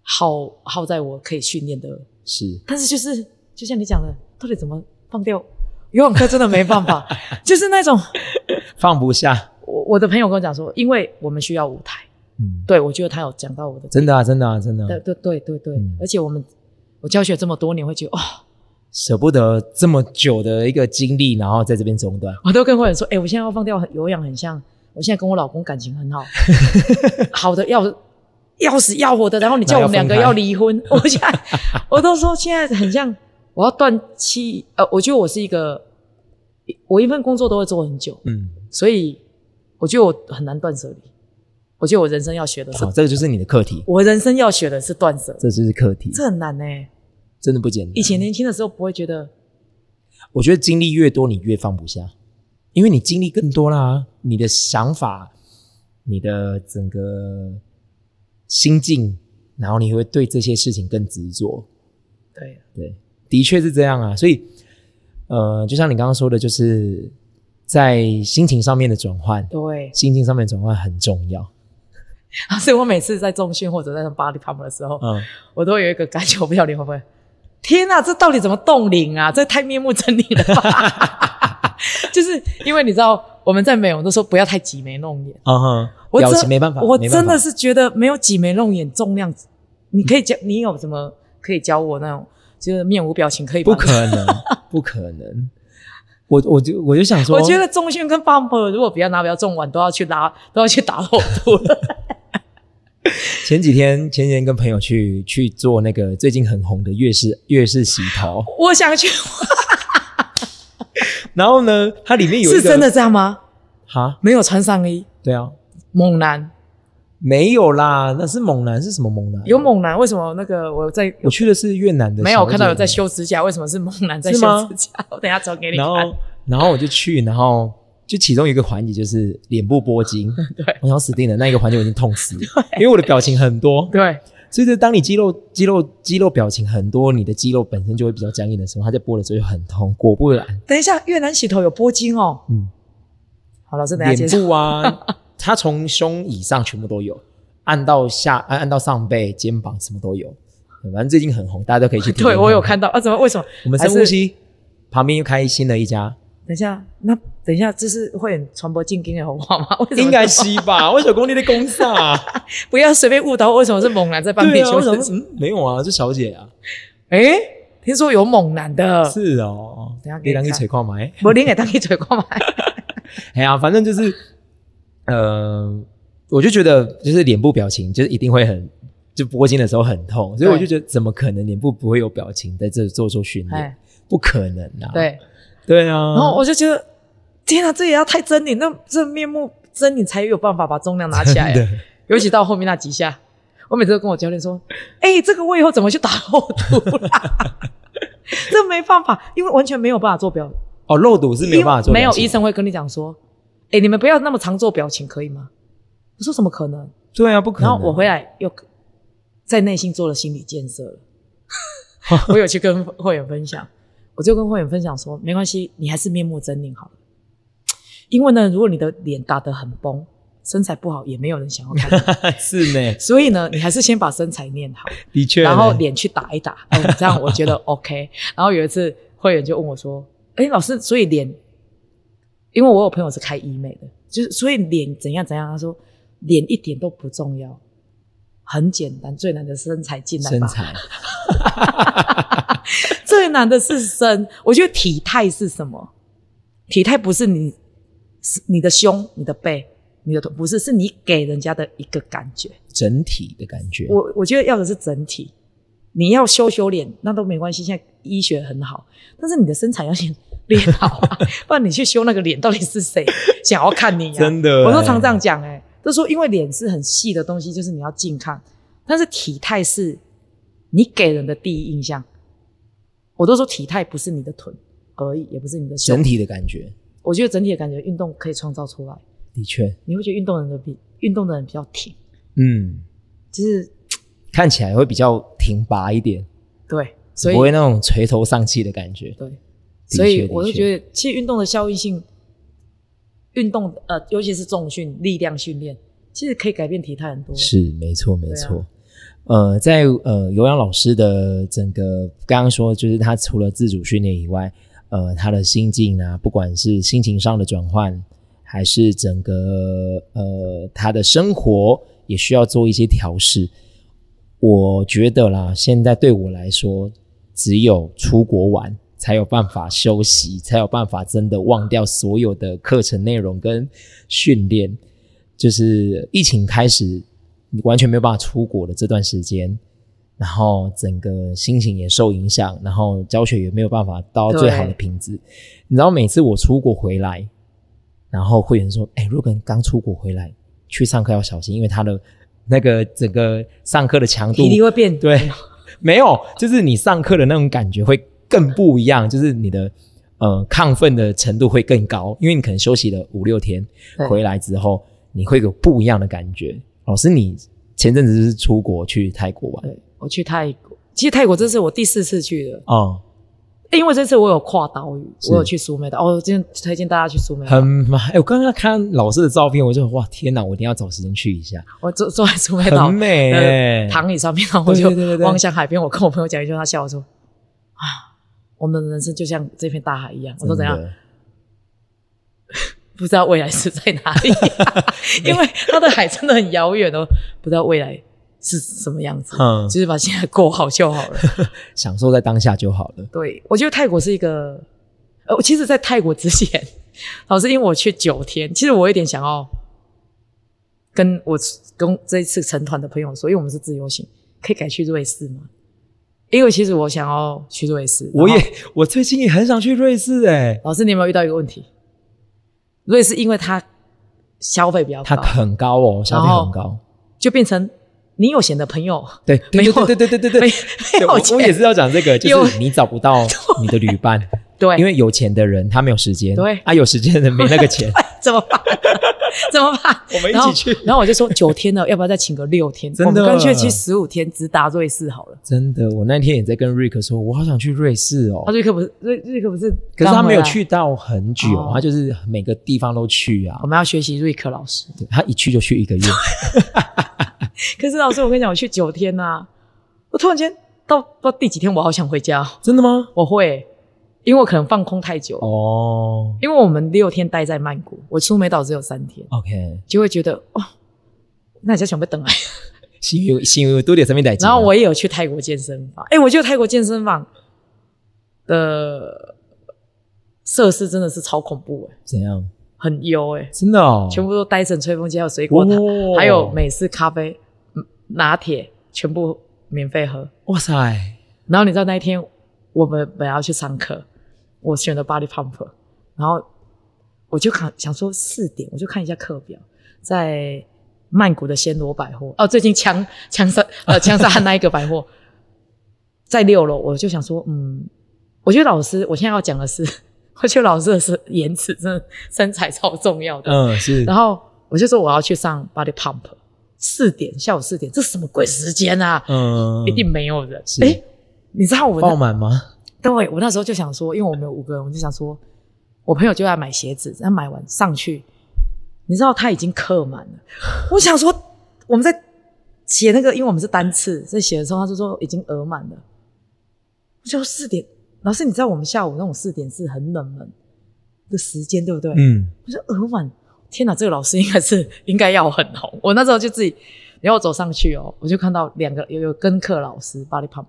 B: 耗耗在我可以训练的
A: 是
B: 但是就是就像你讲的，到底怎么放掉游泳课真的没办法， 就是那种
A: 放不下，
B: 我我的朋友跟我讲说，因为我们需要舞台，
A: 嗯，
B: 对我觉得他有讲到我的，
A: 真的啊，真的啊，真的啊、
B: 对对对对对，
A: 嗯
B: 而且我们我教学这么多年，会觉得哦，
A: 舍不得这么久的一个经历，然后在这边中断，
B: 我都跟会员说，哎、我现在要放掉有氧，很像我现在跟我老公感 情很好，好的要要死要活的，然后你叫我们两个
A: 那要
B: 要
A: 分开
B: 离婚，我现在我都说现在很像我要断气，呃，我觉得我是一个我一份工作都会做很久，
A: 嗯，
B: 所以我觉得我很难断舍离，我觉得我人生要学的是，
A: 好，这个就是你的课题，
B: 我人生要学的是断舍，
A: 这就是课题，
B: 这很难呢、欸
A: 真的不简单。
B: 以前年轻的时候不会觉得，
A: 我觉得经历越多，你越放不下，因为你经历更多啦，你的想法、你的整个心境，然后你会对这些事情更执着。
B: 对，
A: 对，的确是这样啊。所以，呃，就像你刚刚说的，就是在心情上面的转换，
B: 对，
A: 心情上面的转换很重要。
B: 所以我每次在重训或者在巴黎 pump 的时候，
A: 嗯，
B: 我都有一个感觉，我不晓得你会不会。天啊呐、这到底怎么冻龄啊？这太面目狰狞了吧！ 就是因为你知道，我们在美容都说不要太挤眉弄眼，
A: 啊哈，
B: 我
A: 表
B: 真
A: 情没办法，
B: 我
A: 没办
B: 真
A: 法
B: 的是觉得没有挤眉弄眼重量，你可以教你有什么可以教我那种，就是面无表情可以吗
A: 不可能，不可能。 我我就我就想说，
B: 我觉得中训跟 bump 如果比较拿比较重碗， 都要去拉，都要去打厚 度了。
A: 前几天前几天跟朋友去去做那个最近很红的粤式粤式洗头，
B: 我想去，
A: 然后呢，它里面有一个
B: 是真的这样吗？
A: 哈，
B: 没有穿上衣，
A: 对啊，
B: 猛男
A: 没有啦，那是猛男是什么猛男？
B: 有，猛男，为什么那个我在
A: 我去的是越南的，
B: 没有我看到有在。修指甲，为什么是猛男在
A: 是吗
B: 修指甲？我等一下找给你
A: 然
B: 看。
A: 后然后我就去，然后就其中一个环节就是脸部拨筋，
B: 对
A: 我想死定了，那一个环节我已经痛 死了，因为我的表情很多，
B: 对，
A: 所以就当你肌肉肌肉肌肉表情很多，你的肌肉本身就会比较僵硬的时候，它在拨的时候就很痛。果不然，
B: 等一下越南洗头有拨筋哦。
A: 嗯，
B: 好，老师等一下
A: 脸
B: 介绍。
A: 部 啊，它从胸以上全部都有，按到下按按到上背、肩膀什么都有。反正最近很红，大家都可以去体验
B: 对我有。看到啊，怎么为什么？
A: 我们深呼吸，旁边又开新的一家，
B: 等一下，那等一下，这是会很传播进京的红话吗？ 为什 么
A: 应该是 吧？为什么工地的公司啊？
B: 不要随便误导，为什么是猛男在帮
A: 对
B: 配
A: 啊，
B: 修
A: 为什么
B: 自？己？
A: 嗯，没有啊，是小姐啊。
B: 哎、听说有猛男的，
A: 是哦
B: 等一下，
A: 你
B: 给你
A: 让你
B: 看
A: 吹矿买。
B: 我拎给当一 嘴过来。
A: 哎呀，反正就是，呃，我就觉得就是脸部表情就是一定会很，就拨筋的时候很痛，所以
B: 对
A: 我就觉得怎么可能脸部不会有表情在这做做训练
B: 哎？，
A: 不可能啊！
B: 对，
A: 对啊，
B: 然后我就觉得，天啊，这也要太狰狞，那这面目狰狞才有办法把重量拿 起来啊
A: 真。的
B: 尤其到后面那几下，我每次都跟我教练说：“哎、这个我以后怎么去打厚度啦？” 这没办法，因为完全没有办法做表，
A: 哦，肉毒是没有办法做
B: 因为没
A: 表
B: 有
A: 情，
B: 医生会跟你讲说：“哎、你们不要那么常做表情，可以吗？”我说：“怎么可能？”
A: 对啊，不可
B: 然
A: 能。
B: 后我回来又在内心做了心理建设了。 我有去跟会员分享，我就跟会员分享说，没关系，你还是面目狰狞好了。因为呢，如果你的脸打得很崩，身材不好，也没有人想要看你。
A: 是 呢，
B: 所以呢，你还是先把身材练好，
A: 的确呢，
B: 然后脸去打 一打，嗯，这样我觉得 OK。然后有一次会员就问我说：“哎，老师，所以脸，因为我有朋友是开医美的，就是所以脸怎样怎样，他说脸一点都不重要，很简单，最难的是身材进来
A: 身
B: 吧，
A: 材
B: 最难的是身。我觉得体态是什么？体态不是你是你的胸、你的背、你的头，不是，是你给人家的一个感觉。”
A: 整体的感觉，
B: 我我觉得要的是整体，你要修修脸那都没关系，现在医学很好，但是你的身材要先练好、啊， 不然你去修那个脸，到底是谁想要看你呀、啊
A: 真的
B: 我都
A: 欸
B: 常这样讲哎、都说因为脸是很细的东西，就是你要近看，但是体态是你给人的第一印象。我都说体态不是你的臀而已，也不是你的
A: 整
B: 胸，
A: 体的感觉，
B: 我觉得整体的感觉运动可以创造出来。
A: 的确，
B: 你会觉得运动人的比运动的人比较挺，
A: 嗯，
B: 就是
A: 看起来会比较挺拔一点，
B: 对，所以
A: 不会那种垂头丧气的感觉。
B: 对，
A: 确
B: 所以
A: 的
B: 我就
A: 确
B: 觉得，其实运动的效益性，运动呃，尤其是重训、力量训练，其实可以改变体态很多。
A: 是，没错，没
B: 对啊
A: 错。呃，在呃有氧老师的整个刚刚说，就是他除了自主训练以外，呃，他的心境啊，不管是心情上的转换，还是整个呃他的生活，也需要做一些调试。我觉得啦，现在对我来说，只有出国玩才有办法休息，才有办法真的忘掉所有的课程内容跟训练。就是疫情开始，你完全没有办法出国的这段时间，然后整个心情也受影响，然后教学也没有办法到最好的
B: 对
A: 品质。你知道，每次我出国回来，然后会员说：“哎、如果你刚出国回来去上课要小心，因为他的那个整个上课的强度
B: 体力会 变
A: 对，没有，就是你上课的那种感觉会更不一样，就是你的呃亢奋的程度会更高，因为你可能休息了五六天
B: 对
A: 回来之后，你会有不一样的感觉。老师，你前阵子是出国去泰国玩，
B: 对，我去泰国，其实泰国这是我第四次去的，
A: 哦、
B: 因为这次我有跨岛屿，
A: 是
B: 我有去苏梅岛，哦，我今天推荐大家去苏梅岛
A: 很。麻。哎、我刚刚看老师的照片，我就哇天哪，我一定要找时间去一下，
B: 我坐坐在苏梅岛
A: 很美、欸
B: 呃，躺椅上面，然后我
A: 对
B: 就
A: 对对对对
B: 望向海边。我跟我朋友讲一句，他笑我说：“啊，我们的人生就像这片大海一样。”我说：“怎样
A: 真？的
B: 不知道未来是在哪 里，因为它的海真的很遥远哦，不知道未来是什么样子。
A: 嗯
B: 就是把现在过好就好 了。
A: 享受在当下就好了。
B: 对，我觉得泰国是一个，呃，我其实，在泰国之前， 老师因为我去九天，其实我有点想要跟我跟这一次成团的朋友说，因为我们是自由行，可以改去瑞士吗？因为其实我想要去瑞士，
A: 我
B: 然后
A: 也我最近也很想去瑞士、哎，
B: 老师，你有没有遇到一个问题？瑞士因为它消费比较
A: 它
B: 高，
A: 很高哦，消费
B: 然后
A: 很高。
B: 就变成你有钱的朋 友
A: 对，对
B: 没有
A: 对对对对对对
B: 没
A: 对，
B: 没
A: 对我
B: 有
A: 我也
B: 钱，
A: 是要讲这个，就
B: 有
A: 是你找不 到你的旅伴，
B: 对，
A: 因为有钱的人他没有时间，
B: 对
A: 啊，有时间的人没那个 钱，
B: 怎么办？怎么办？
A: 我们一
B: 然后
A: 起去，
B: 然后我就说九天了，要不要再请个六天？
A: 真
B: 我们
A: 的
B: 干脆去十五天，直达瑞士好了。
A: 真的，我那天也在跟瑞克说，我好想去瑞士哦
B: 他，瑞克不是瑞瑞克不是，
A: 可是他没有。去到很久
B: 哦，
A: 他就是每个地方都去啊
B: 我，们要学习瑞克老师。
A: 对他一去就去一 个月，
B: 可是老师，我跟你讲，我去九天呐、我突然间到到第几天，我好想回家哦。
A: 真的吗？
B: 我会，因为我可能放空太久。
A: 哦
B: 因为我们六天待在曼谷，我苏梅岛只有三天，
A: ，OK，
B: 就会觉得哦，那你家想被等啊。
A: 是因为是因为多点什么代
B: 然后我也有去泰国健身房，哎、我觉得泰国健身房的设施真的是超恐怖哎、
A: 怎样？
B: 很优哎、
A: 真的哦，
B: 全部都戴森吹风机，还有水果塔，
A: 哇
B: 还有美式咖啡、嗯拿铁，全部免费喝。
A: 哇塞，
B: 然后你知道那一天我们本来要去上课，我选了 body pump，然后我就看想说四点，我就看一下课表，在曼谷的暹罗百货哦，最近枪枪杀呃 枪杀那一个百货在六楼，我就想说嗯，我觉得老师我现在要讲的是， 我觉得老师的是颜值真的身材超重要的，
A: 嗯是，
B: 然后我就说我要去上 body pump，四点下午四点，这什么鬼时间啊？
A: 嗯
B: 一定没有人。
A: 是
B: 哎、你知道我
A: 爆
B: 那
A: 满吗？
B: 对我那时候就想说，因为我们有五个人，我就想说，我朋友就要买鞋子，他买完上去，你知道他已经刻满了。我想说，我们在写那个，因为我们是单次在写的时候，他就说已经额满了。我就四点，老师，你知道我们下午那种四点是很冷门的时间，对不对？
A: 嗯，
B: 我说额满，天哪，这个老师应该是应该要很红。我那时候就自己，然后我走上去哦，我就看到两个有有跟课老师 body pump，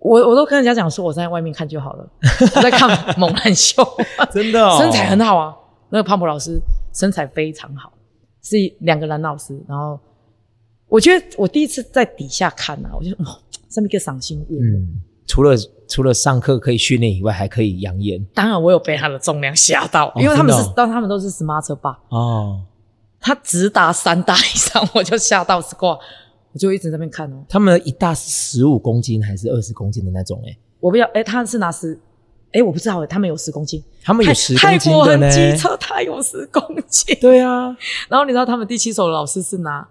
B: 我我都跟人家讲说我在外面看就好了，我在看猛男秀，
A: 真的 哦，
B: 身材很好啊，那个 pump 老师身材非常好，是两个男老师，然后我觉得我第一次在底下看啊，我就哦，这么一个赏心悦目。
A: 嗯，除了除了上课可以训练以外，还可以养眼
B: 当然，我有被他的重量吓到，因为他们是，当、他们都是 smart bar，
A: 哦。
B: 他直达三大以上，我就吓到 squat，我就一直在那边看哦。
A: 他们一大是十五公斤还是二十公斤的那种、欸？哎，
B: 我不要，哎，他是拿十，哎，我不知道，哎，他们有十公斤，
A: 他们
B: 泰
A: 有十公
B: 泰
A: 斤
B: 国
A: 的
B: 很
A: 呢。
B: 机车，他有十公斤。
A: 对啊
B: 然后你知道他们第七手的老师是拿，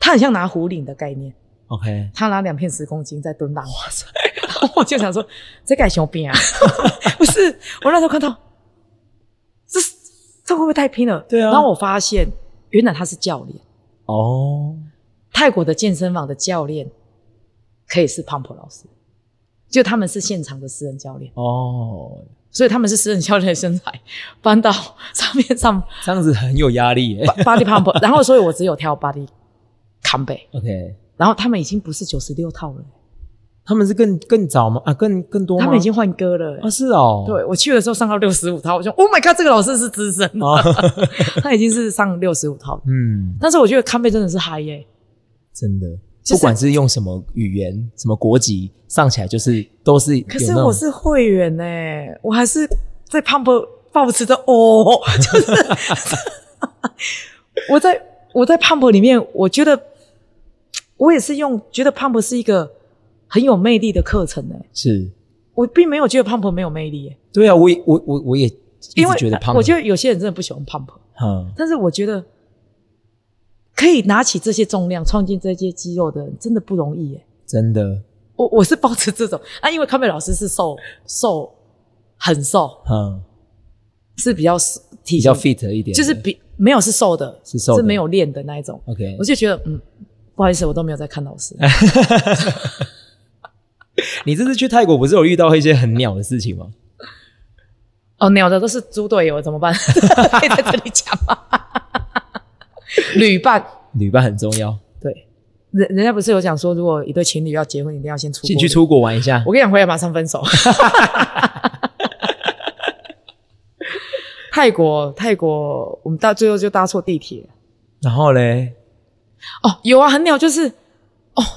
B: 他很像拿壶铃的概念，
A: ，OK，
B: 他拿两片十公斤在蹲浪。哇塞！然后我就想说，这改熊病啊？ 不是，我那时候看到，这是这会不会太拼了？
A: 对啊
B: 然后我发现，原来他是教练。
A: 哦，
B: 泰国的健身房的教练可以是 Pump 老师，就他们是现场的私人教练，
A: 哦，
B: 所以他们是私人教练的身材搬到上面上
A: 这样子很有压力、欸。
B: body pump，然后 所以我只有跳 body 扛背，
A: OK，
B: 然后他们已经不是九十六套了，
A: 他们是更更早吗？啊，更更多吗？
B: 他们已经换歌了、
A: 啊，是哦，，
B: 对我去的时候上到六十五套，我就 Oh my God，这个老师是资深，
A: 哦，
B: 他已经是上六十五套了，
A: 嗯，
B: 但是我觉得康贝真的是嗨耶、
A: 真的。
B: 就
A: 不
B: 是
A: 管是用什么语言、什么国籍，上起来就是都是有
B: 可
A: 那
B: 是欸
A: 种
B: 我是会员呢、我还是在 Pump 抱持着哦， 就是 我在我在 Pump 里面，我觉得我也是用觉得 Pump 是一个很有魅力的课程呢、
A: 是，
B: 我并没有觉得 Pump 没有魅力、欸，
A: 对啊，我也我我我也一
B: 因为
A: 直觉得胖，
B: 我觉得有些人真的不喜欢 Pump，
A: 嗯
B: 但是我觉得可以拿起这些重量、创进这些肌肉的人真的不容易耶、
A: 真的，
B: 我我是抱持这种啊，因为康美老师是瘦瘦很瘦，
A: 嗯，
B: 是比较瘦体
A: 比
B: 型
A: 较 fit 一点的，
B: 就是比没有是瘦的，
A: 是瘦的
B: 没有练的那一种。
A: OK，
B: 我就觉得嗯，不好意思，我都没有在看老师。
A: 哎你这次去泰国不是有遇到一些很鸟的事情吗？
B: 哦，鸟的都是猪队友，怎么办？ 可以在这里讲吗？ 旅伴
A: 旅伴很重要，
B: 对，人人家不是有讲说，如果一对情侣要结婚，一定要先出国。
A: 先去出国玩一下
B: 我，跟你讲，回来马上分手。泰国，泰国，我们到最后就搭错地铁。
A: 然后嘞，
B: 哦，有啊，很鸟，就是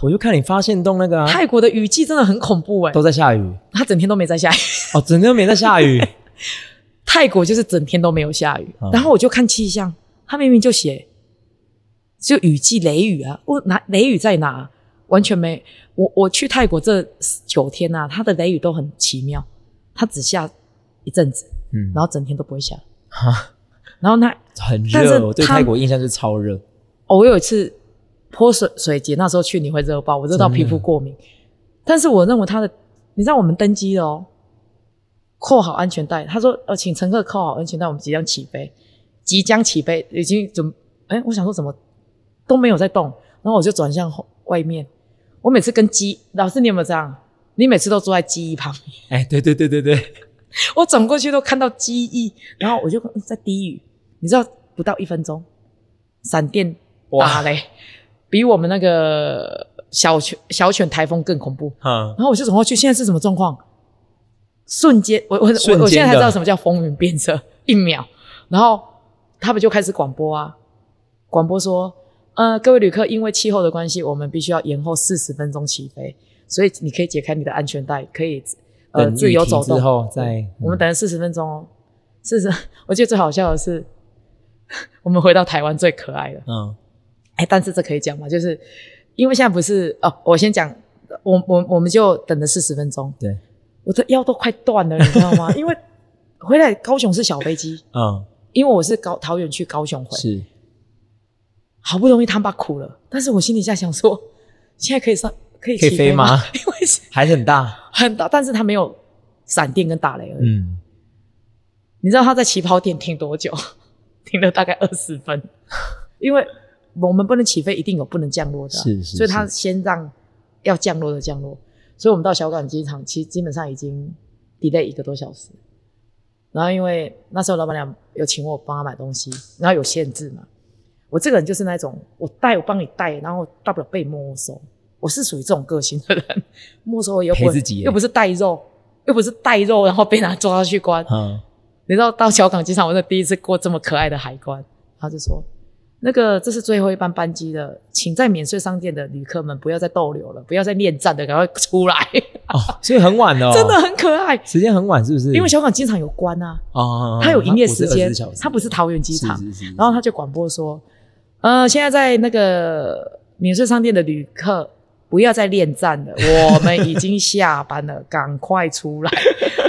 A: 我就看你发现洞那个啊，
B: 泰国的雨季真的很恐怖哎、
A: 都在下雨
B: 它整天都没在下雨。
A: 哦，整天没在下 雨，
B: 泰国就是整天都没有下雨，
A: 嗯
B: 然后我就看气象，它明明就写就雨季雷雨啊，我哪雷雨在哪？完全没，我我去泰国这九天啊，它的雷雨都很奇妙，它只下一阵子，
A: 嗯，
B: 然后整天都不会下，
A: 哈
B: 然后那
A: 很
B: 但是
A: 热，我对
B: 他
A: 泰国印象就是超热，
B: 哦，我有一次泼水水节，那时候去你会热爆，我热到
A: 真的
B: 皮肤过敏。但是我认为他的，你知道我们登机了哦，扣好安全带。他说：“呃，请乘客扣好安全带，我们即将起飞，即将起飞，已经准。”哎，我想说怎么都没有在动，然后我就转向后外面。我每次跟鸡老师，你有没有这样？你每次都坐在鸡翼旁边，
A: 哎，对对对对对，
B: 我转过去都看到鸡翼，然后我就嗯在低语，你知道不到一分钟，闪电打
A: 哇，
B: 嘞，比我们那个小犬小犬台风更恐怖。
A: 嗯，
B: 然后我就走过去，现在是什么状况？瞬间，我我
A: 瞬间
B: 我
A: 的
B: 我现在才知道什么叫风云变色，一秒。然后他们就开始广播啊，广播说，呃，各位旅客，因为气候的关系，我们必须要延后四十分钟起飞，所以你可以解开你的安全带，可以呃
A: 等雨
B: 自由
A: 停
B: 走动
A: 之后再
B: 我们等了四十分钟哦，四十。 我觉得最好笑的是， 我们回到台湾最可爱的。
A: 嗯，
B: 哎，但是这可以讲吗？就是因为现在不是哦，我先讲，我我我们就等了四十分钟，
A: 对，
B: 我的腰都快断了，你知道吗？因为回来高雄是小飞机，
A: 嗯，
B: 因为我是高桃园去高雄回，
A: 是，
B: 好不容易他爸苦了，但是我心里在想说，现在可以上可以
A: 可以
B: 起
A: 飞
B: 吗？
A: 吗
B: 因为是
A: 还是很大，
B: 很大，但是他没有闪电跟打雷而已。
A: 嗯，
B: 你知道他在起跑点停多久？ 停了大概二十分，因为我们不能起飞，一定有不能降落的啊、
A: 是是
B: 所以他
A: 是
B: 先让要降落的降落，所以我们到小港机场其实基本上已经 delay 一个多小时。然后因为那时候老板娘有请我帮她买东西，然后有限制嘛，我这个人就是那种我带我帮你带，然后大不了被没收，我是属于这种个性的人， 没收我又不
A: 赔自己耶
B: 又不是带肉，又不是带肉，然后被拿抓去关，
A: 嗯，
B: 你知道到小港机场，我是第一次过这么可爱的海关，他就说：“那个这是最后一班班机了，请在免税商店的旅客们不要再逗留了，不要再恋战的，赶快出来。
A: 哦，所以很晚哦，
B: 真的很可爱，
A: 时间很晚是不是？
B: 因为小港机场有关啊，
A: 哦，
B: 它有营业时
A: 它
B: 间
A: 不是24小，时
B: 它不是桃园机场。
A: 是是是
B: 然后他就广播说：“呃，现在在那个免税商店的旅客不要再恋战了，我们已经下班了， 赶快出来。”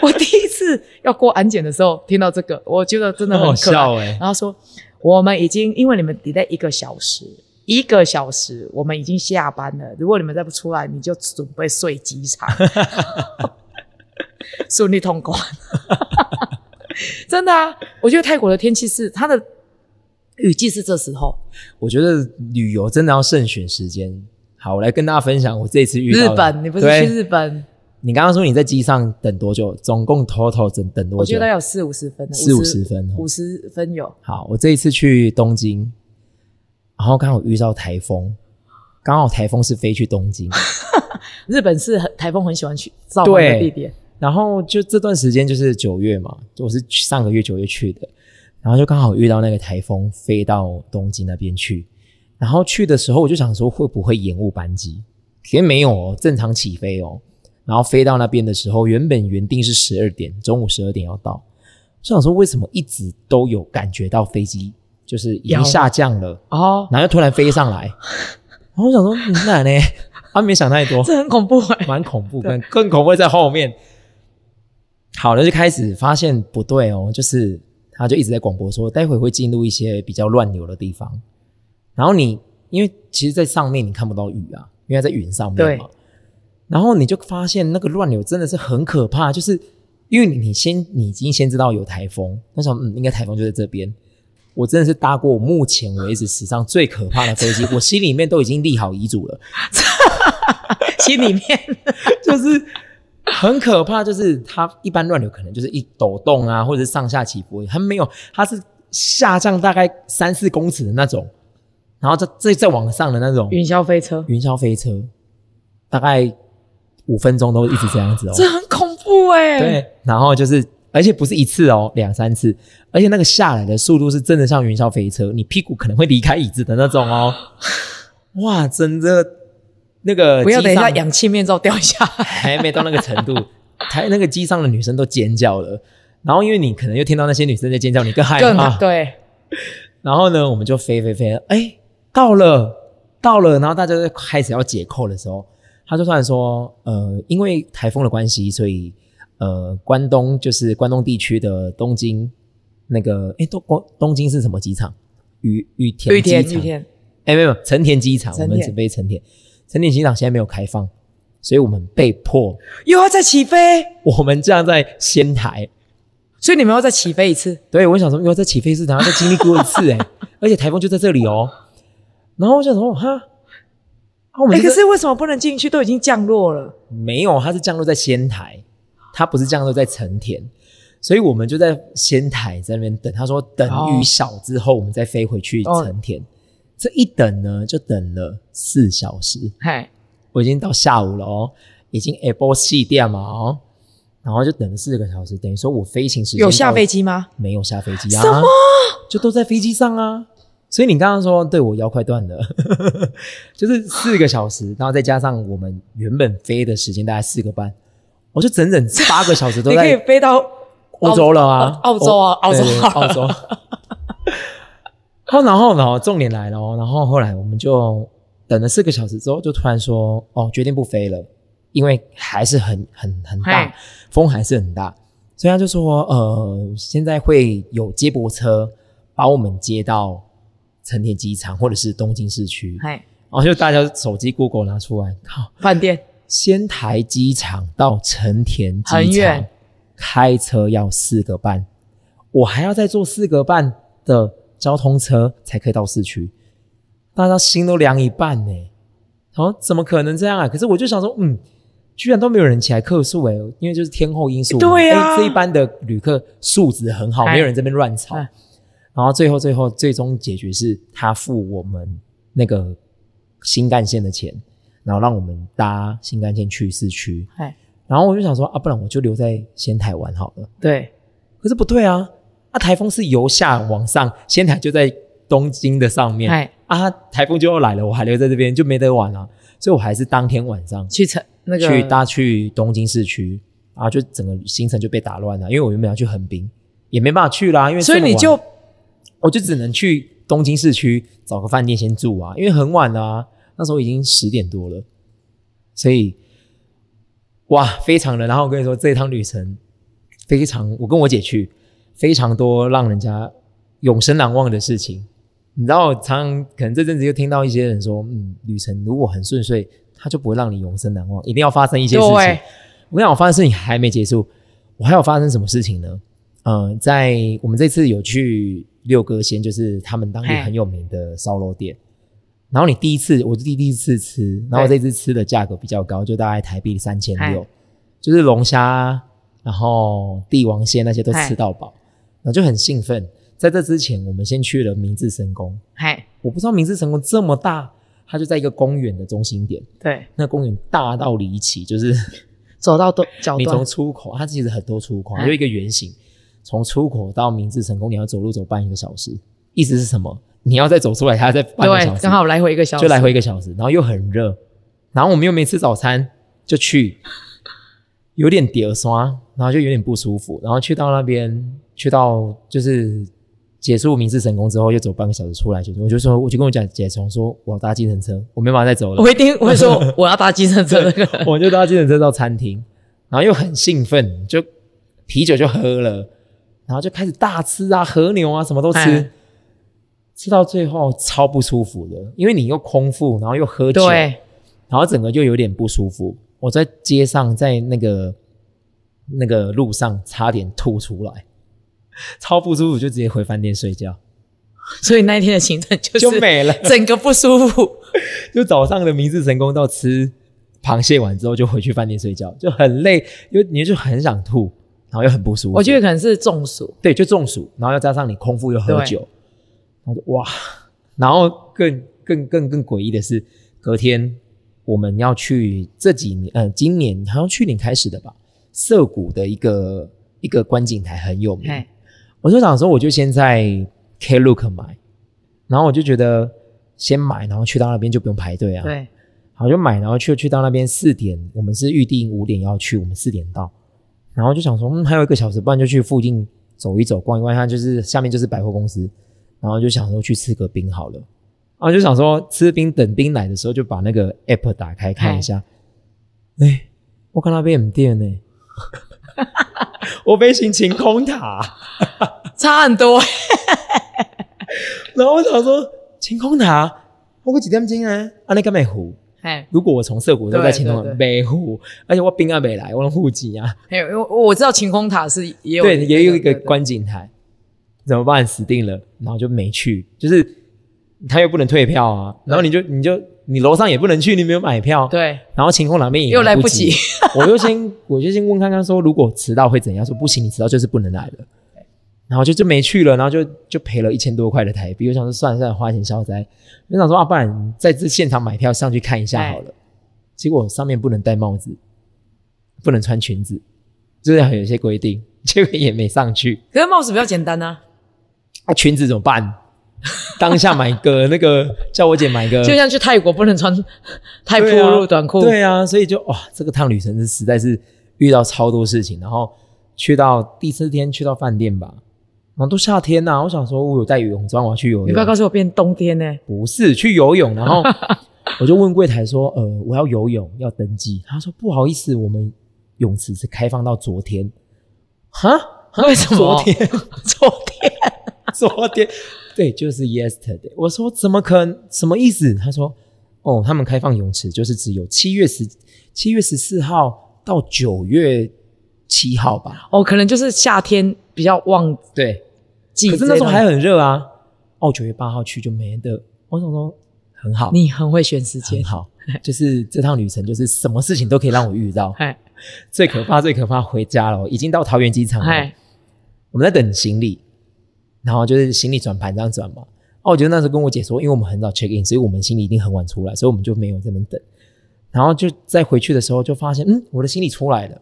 B: 我第一次要过安检的时候听到这个，我觉得真的
A: 很
B: 很
A: 好
B: 可爱。
A: 笑哎、
B: 然后说我们已经因为你们 delay 一个小时，一个小时我们已经下班了，如果你们再不出来，你就准备睡机场， 顺利通关。真的啊，我觉得泰国的天气是它的雨季是这时候，
A: 我觉得旅游真的要慎选时间。好，我来跟大家分享我这次遇
B: 日
A: 到的
B: 本你不是
A: 对
B: 去日本，
A: 你刚刚说你在机上等多久？总共 total 等等
B: 我
A: 多
B: 觉
A: 久
B: 得？有四五十分了，
A: 四五十分哦
B: 五十分有。
A: 好，我这一次去东京，然后刚好遇到台风，刚好台风是飞去东京，
B: 日本是很台风很喜欢去造访的
A: 对
B: 地点，
A: 然后就这段时间就是九月嘛，就我是上个月九月去的，然后就刚好遇到那个台风飞到东京那边去，然后去的时候我就想说会不会延误班机，其实没有哦，正常起飞哦。然后飞到那边的时候，原本原定是十二点，中午十二点要到，就想说为什么一直都有感觉到飞机就是已经
B: 摇
A: 下降了，
B: 哦，
A: 然后又突然飞上来，然后我想说嗯那呢，他没想太多，
B: 这很恐怖 哎、
A: 蛮恐怖，更更恐怖在后面。好了，就开始发现不对哦，就是他就一直在广播说，待会会进入一些比较乱流的地方。然后你因为其实，在上面你看不到雨啊，因为它在云上面嘛
B: 对。
A: 然后你就发现那个乱流真的是很可怕，就是因为你你先你已经先知道有台风，那想嗯，应该台风就在这边。我真的是搭过我目前为止史上最可怕的飞机，我心里面都已经立好遗嘱了。
B: 心里 面
A: 就是很可怕，就是它一般乱流可能就是一抖动啊，或者是上下起伏，它没有，它是下降大概三四公尺的那种，然后再再再往上的那种
B: 云霄飞车，
A: 云霄飞车，大概五分钟都一直这样子哦。
B: 这很恐怖哎、
A: 对，然后就是，而且不是一次哦，两三次，而且那个下来的速度是真的像云霄飞车，你屁股可能会离开椅子的那种 哦。哇，真的那个
B: 不要
A: 机
B: 等一下
A: 上
B: 氧气面罩掉下来，
A: 还没到那个程度， 台那个机上的女生都尖叫了。然后因为你可能又听到那些女生在尖叫，你更害
B: 更、
A: 怕。
B: 对，
A: 然后呢，我们就飞飞飞，哎，到了，到了。然后大家就开始要解扣的时候，他就突然说，呃，因为台风的关系，所以呃，关东就是关东地区的东京那个，哎，东东东京是什么机场？羽羽田
B: 雨天
A: 机
B: 雨
A: 场。
B: 天，
A: 哎，没有没有成田机场，我
B: 成
A: 们
B: 田
A: 只飞成田。成田机场现在没有开放，所以我们被迫
B: 又要再起飞，
A: 我们这样在仙台，
B: 所以你们要再起飞一次，
A: 对我想说，因为在起飞市场再经历过一次 哎、而且台风就在这里哦。然后我想说，哈，啊，我
B: 哎、
A: 们、就
B: 可是为什么不能进去？都已经降落了，
A: 没有，它是降落在仙台，它不是降落在成田，所以我们就在仙台在那边等。他说等雨小之后，我们再飞回去成
B: 哦
A: 田。这一等呢，就等了四小时，
B: 嗨，
A: 我已经到下午了哦，已经 a b l 系掉嘛哦，然后就等了四个小时，等于说我飞行时间
B: 有下
A: 到
B: 飞机吗？
A: 没有下飞机啊，
B: 什么
A: 就都在飞机上啊。所以你刚刚说对我腰快断了， 就是四个小时，然后再加上我们原本飞的时间大概四个半，我就整整八个小时都
B: 你可以
A: 在
B: 飞到
A: 欧洲了啊，
B: 澳澳洲啊
A: 欧
B: 澳洲
A: 对对对澳洲。 然后，然后，然后，重点来了哦，然后后来我们就等了四个小时之后，就突然说哦，决定不飞了，因为还是很很很大
B: 嗨，
A: 风还是很大，所以他就说呃，现在会有接驳车把我们接到成田机场或者是东京市区，然
B: 嗨
A: 后就大家手机 Google 拿出来，靠，
B: 饭店，
A: 仙台机场到成田机
B: 很
A: 场
B: 远，
A: 开车要四个半，我还要再坐四个半的交通车才可以到市区，大家心都凉一半呢、然后怎么可能这样啊？可是我就想说，嗯，居然都没有人起来客诉哎、因为就是天后因素嘛，
B: 对啊
A: 哎这一班的旅客素质很好，
B: 哎
A: 没有人这边乱吵。
B: 哎
A: 然后最后最后最终解决是他付我们那个新干线的钱，然后让我们搭新干线去市区。
B: 嗨，
A: 然后我就想说啊，不然我就留在仙台玩好了。
B: 对，
A: 可是不对啊，啊台风是由下往上，仙台就在东京的上面
B: 嗨，
A: 啊台风就要来了，我还留在这边就没得玩了、啊所以我还是当天晚上
B: 去成那个
A: 去搭去东京市区，然后就整个行程就被打乱了，因为我原本要去横滨，也没办法去啦，因为
B: 所以
A: 这么
B: 你
A: 晚
B: 就
A: 我就只能去东京市区找个饭店先住啊，因为很晚了、啊，那时候已经十点多了，所以哇，非常的。然后我跟你说，这一趟旅程非常，我跟我姐去，非常多让人家永生难忘的事情。你知道，我常常可能这阵子又听到一些人说，嗯，旅程如果很顺遂，它就不会让你永生难忘，一定要发生一些事情。
B: 对
A: 我跟你讲，我发生的事情还没结束，我还有发生什么事情呢？呃，在我们这次有去六哥仙，就是他们当地
B: 嘿
A: 很有名的烧肉店。然后你第一次，我是第第一次吃，然后我这
B: 对
A: 次吃的价格比较高，就大概台币三千六
B: 嗨，
A: 就是龙虾，然后帝王蟹那些都吃到饱，然后就很兴奋。在这之前，我们先去了明治神宫，
B: 嗨
A: 我不知道明治神宫这么大，它就在一个公园的中心点，
B: 对，
A: 那公园大到离奇，就是
B: 走到都脚
A: 你
B: 端
A: 从，出口，它其实很多出口，
B: 嗯
A: 有一个圆形，从出口到明治神宫，你要走路走半一个小时。意思是什么？你要再走出来，还要再半个小
B: 对，
A: 时，
B: 刚好来回一个小时，
A: 就来回一个小时，然后又很热，然后我们又没吃早餐，就去有点叠刷，然然后就有点不舒服，然后去到那边，去到就是结束明治神功之后，又走半个小时出来，就是我就说，我就跟我讲解从说，我要搭计程车，我没办法再走了
B: 我，一定会说我要搭计程车那 个。
A: 我就搭计程车到餐厅，然后又很兴奋，就啤酒就喝了，然后就开始大吃啊，和牛啊，什么都吃
B: 哎，
A: 吃到最后超不舒服的，因为你又空腹，然后又喝酒，
B: 对，
A: 然后整个就有点不舒服。我在街上，在那个那个路上差点吐出来，超不舒服，就直接回饭店睡觉，
B: 所以那一天的行程就是
A: 就没了。
B: 整个不舒服。
A: 就早上的明治神功到吃螃蟹完之后，就回去饭店睡觉，就很累，因为你就很想吐，然后又很不舒服。
B: 我觉得可能是中暑，
A: 对，就中暑，然后又加上你空腹又喝酒，然后就哇，然后更更更更诡异的是，隔天我们要去这几年，呃，今年好像去年开始的吧，涩谷的一个一个观景台很有名，
B: 哎，
A: 我就想说，我就先在 Klook 买，然后我就觉得先买，然后去到那边就不用排队啊，
B: 对，
A: 好就买，然后去去到那边四点，我们是预定五点要去，我们四点到，然后就想说，嗯，还有一个小时，不然就去附近走一走、逛一逛，它就是下面就是百货公司，然后就想说去吃个冰好了，然后就想说吃冰等冰来的时候，就把那个 app 打开看一下，哎、我看那边没电呢、我被心情空塔。
B: 差很多。
A: 然后我想说，晴空塔，我过几点钟啊？啊，那个没糊。
B: 哎，
A: 如果我从涩谷都在晴空塔
B: 对对
A: 没糊，而且我冰啊没来，我用户籍啊，
B: 还有，因为我知道晴空塔是也有
A: 对，也有一个
B: 对对对
A: 观景台，怎么办？死定了，然后就没去，就是他又不能退票啊，然后你就你就你楼上也不能去，你没有买票，
B: 对，
A: 然后晴空塔面也
B: 又来
A: 不
B: 不及，
A: 我就先我就先问看看说，如果迟到会怎样？说不行，你迟到就是不能来了。然后就就没去了，然后就就赔了一千多块的台币。我想说算了算了，花钱消灾。我想说啊，不然在这现场买票上去看一
B: 哎
A: 下好了。结果上面不能戴帽子，不能穿裙子，就是有一些规定， 结果也没上去。
B: 可是帽子比较简单啊，
A: 啊，裙子怎么办？当下买个那个，叫我姐买个，
B: 就像去泰国不能穿 太
A: 呃对啊
B: 暴露短裤，
A: 对啊，所以就哇，这个趟旅程是实在是遇到超多事情，然后去到第四天去到饭店吧，然后都夏天呐、我想说哦我有带羽绒装，我要去游
B: 你不要告
A: 泳，
B: 诉我变冬天呢、
A: 不是去游泳，然 后我就问柜台说，呃，我要游泳要登记，他说不好意思，我们泳池是开放到昨天，哈，哈
B: 为什么
A: 啊昨天？
B: 昨天
A: 昨天，对，就是 yesterday。我说怎么可能？什么意思？他说，哦，他们开放泳池就是只有七月十七月十四号到九月七号吧？
B: 哦，可能就是夏天比较旺
A: 对，
B: 季
A: 可
B: 这
A: 是那
B: 种，
A: 时候还很热啊。哦，九月八号去就没的。我想说很好，
B: 你很会选 时间
A: 很，好，就是这趟旅程就是什么事情都可以让我遇到。
B: 哎
A: 最可怕最可怕回家了，已经到桃园机场了。
B: 哎，
A: 我们在等行李，然后就是行李转盘这样转嘛。哦，我觉得那时候跟我姐说，因为我们很早 check in，所以我们行李一定很晚出来，所以我们就没有在那边等。然后就在回去的时候就发现，嗯，我的行李出来了。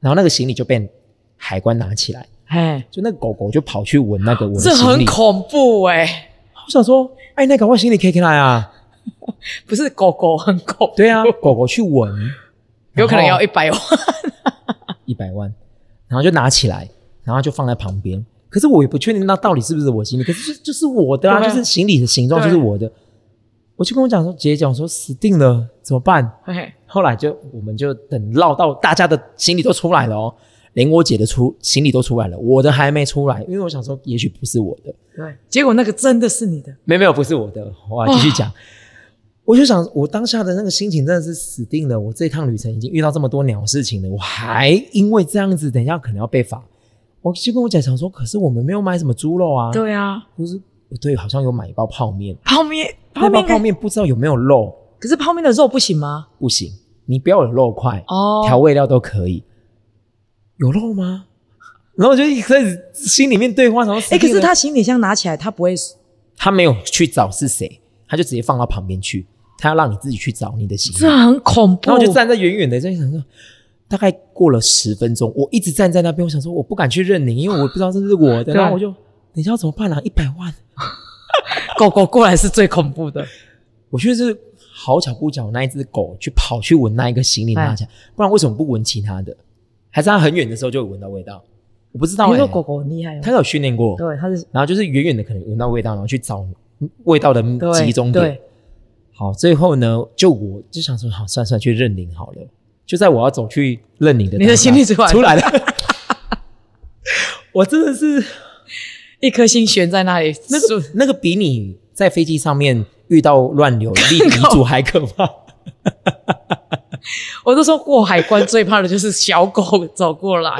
A: 然后那个行李就被海关拿起来，
B: 哎，
A: 就那个狗狗就跑去闻那个我的
B: 这
A: 行
B: 很
A: 李。
B: 恐怖哎、
A: 我想说，哎，那个我行李可以给来啊？
B: 不是狗狗很恐怖，
A: 对啊，狗狗去闻，
B: 有可能
A: 然后
B: 要一百万，
A: 一百万，然后就拿起来，然后就放在旁边。可是我也不确定那到底是不是我行李，可是就就是我的啊，
B: 对啊
A: 就是行李的形状就是我的。我就跟我讲说，姐姐讲说死定了，怎么办？
B: 哎
A: 后来就我们就等绕到大家的行李都出来了哦，连我姐的出行李都出来了，我的还没出来，因为我想说也许不是我的，
B: 对，结果那个真的是你的，
A: 没有没有不是我的，我继续讲。我就想，我当下的那个心情真的是死定了。我这趟旅程已经遇到这么多鸟事情了，我还因为这样子，等一下可能要被罚。我就跟我姐想说，可是我们没有买什么猪肉啊，
B: 对啊，
A: 就是不对，好像有买一包泡面，
B: 泡面
A: 那
B: 泡
A: 包
B: 面
A: 泡
B: 可以，
A: 面不知道有没有肉，
B: 可是泡面的肉不行吗？
A: 不行，你不要有肉块，
B: 哦，
A: 调味料都可以。有肉吗？然后我就一开始心里面对话，然后
B: 哎、可是他行李箱拿起来，他不会
A: 他没有去找是谁，他就直接放到旁边去，他要让你自己去找你的行李。
B: 这很恐怖。
A: 然后我就站在远远的，在想说，大概过了十分钟，我一直站在那边，我想说我不敢去认领，因为我不知道这是我的。
B: 对
A: 然后我就，等一下要怎么办啊？一百万，
B: 狗狗过来是最恐怖的，
A: 我觉得是
B: 哎
A: 好巧不巧，那一只狗去跑去闻那一个行李拿起来，不然为什么不闻其他的？还是它很远的时候就有闻到味道？我不知道、
B: 听说
A: 欸。
B: 狗狗很厉害哦，
A: 它有训练过，
B: 对，它是
A: 然后就是远远的可能闻到味道，然后去找味道的
B: 对
A: 集中点。
B: 对，
A: 好，最后呢，就我就想说，好，算算去认领好了。就在我要走去认领的当下，
B: 你的心里出来了
A: 出来 了。我真的是
B: 一颗心悬在那里，
A: 那
B: 是
A: 个那个比你在飞机上面遇到乱流立遗嘱还可怕。
B: 我都说过海关最怕的就是小狗走过来，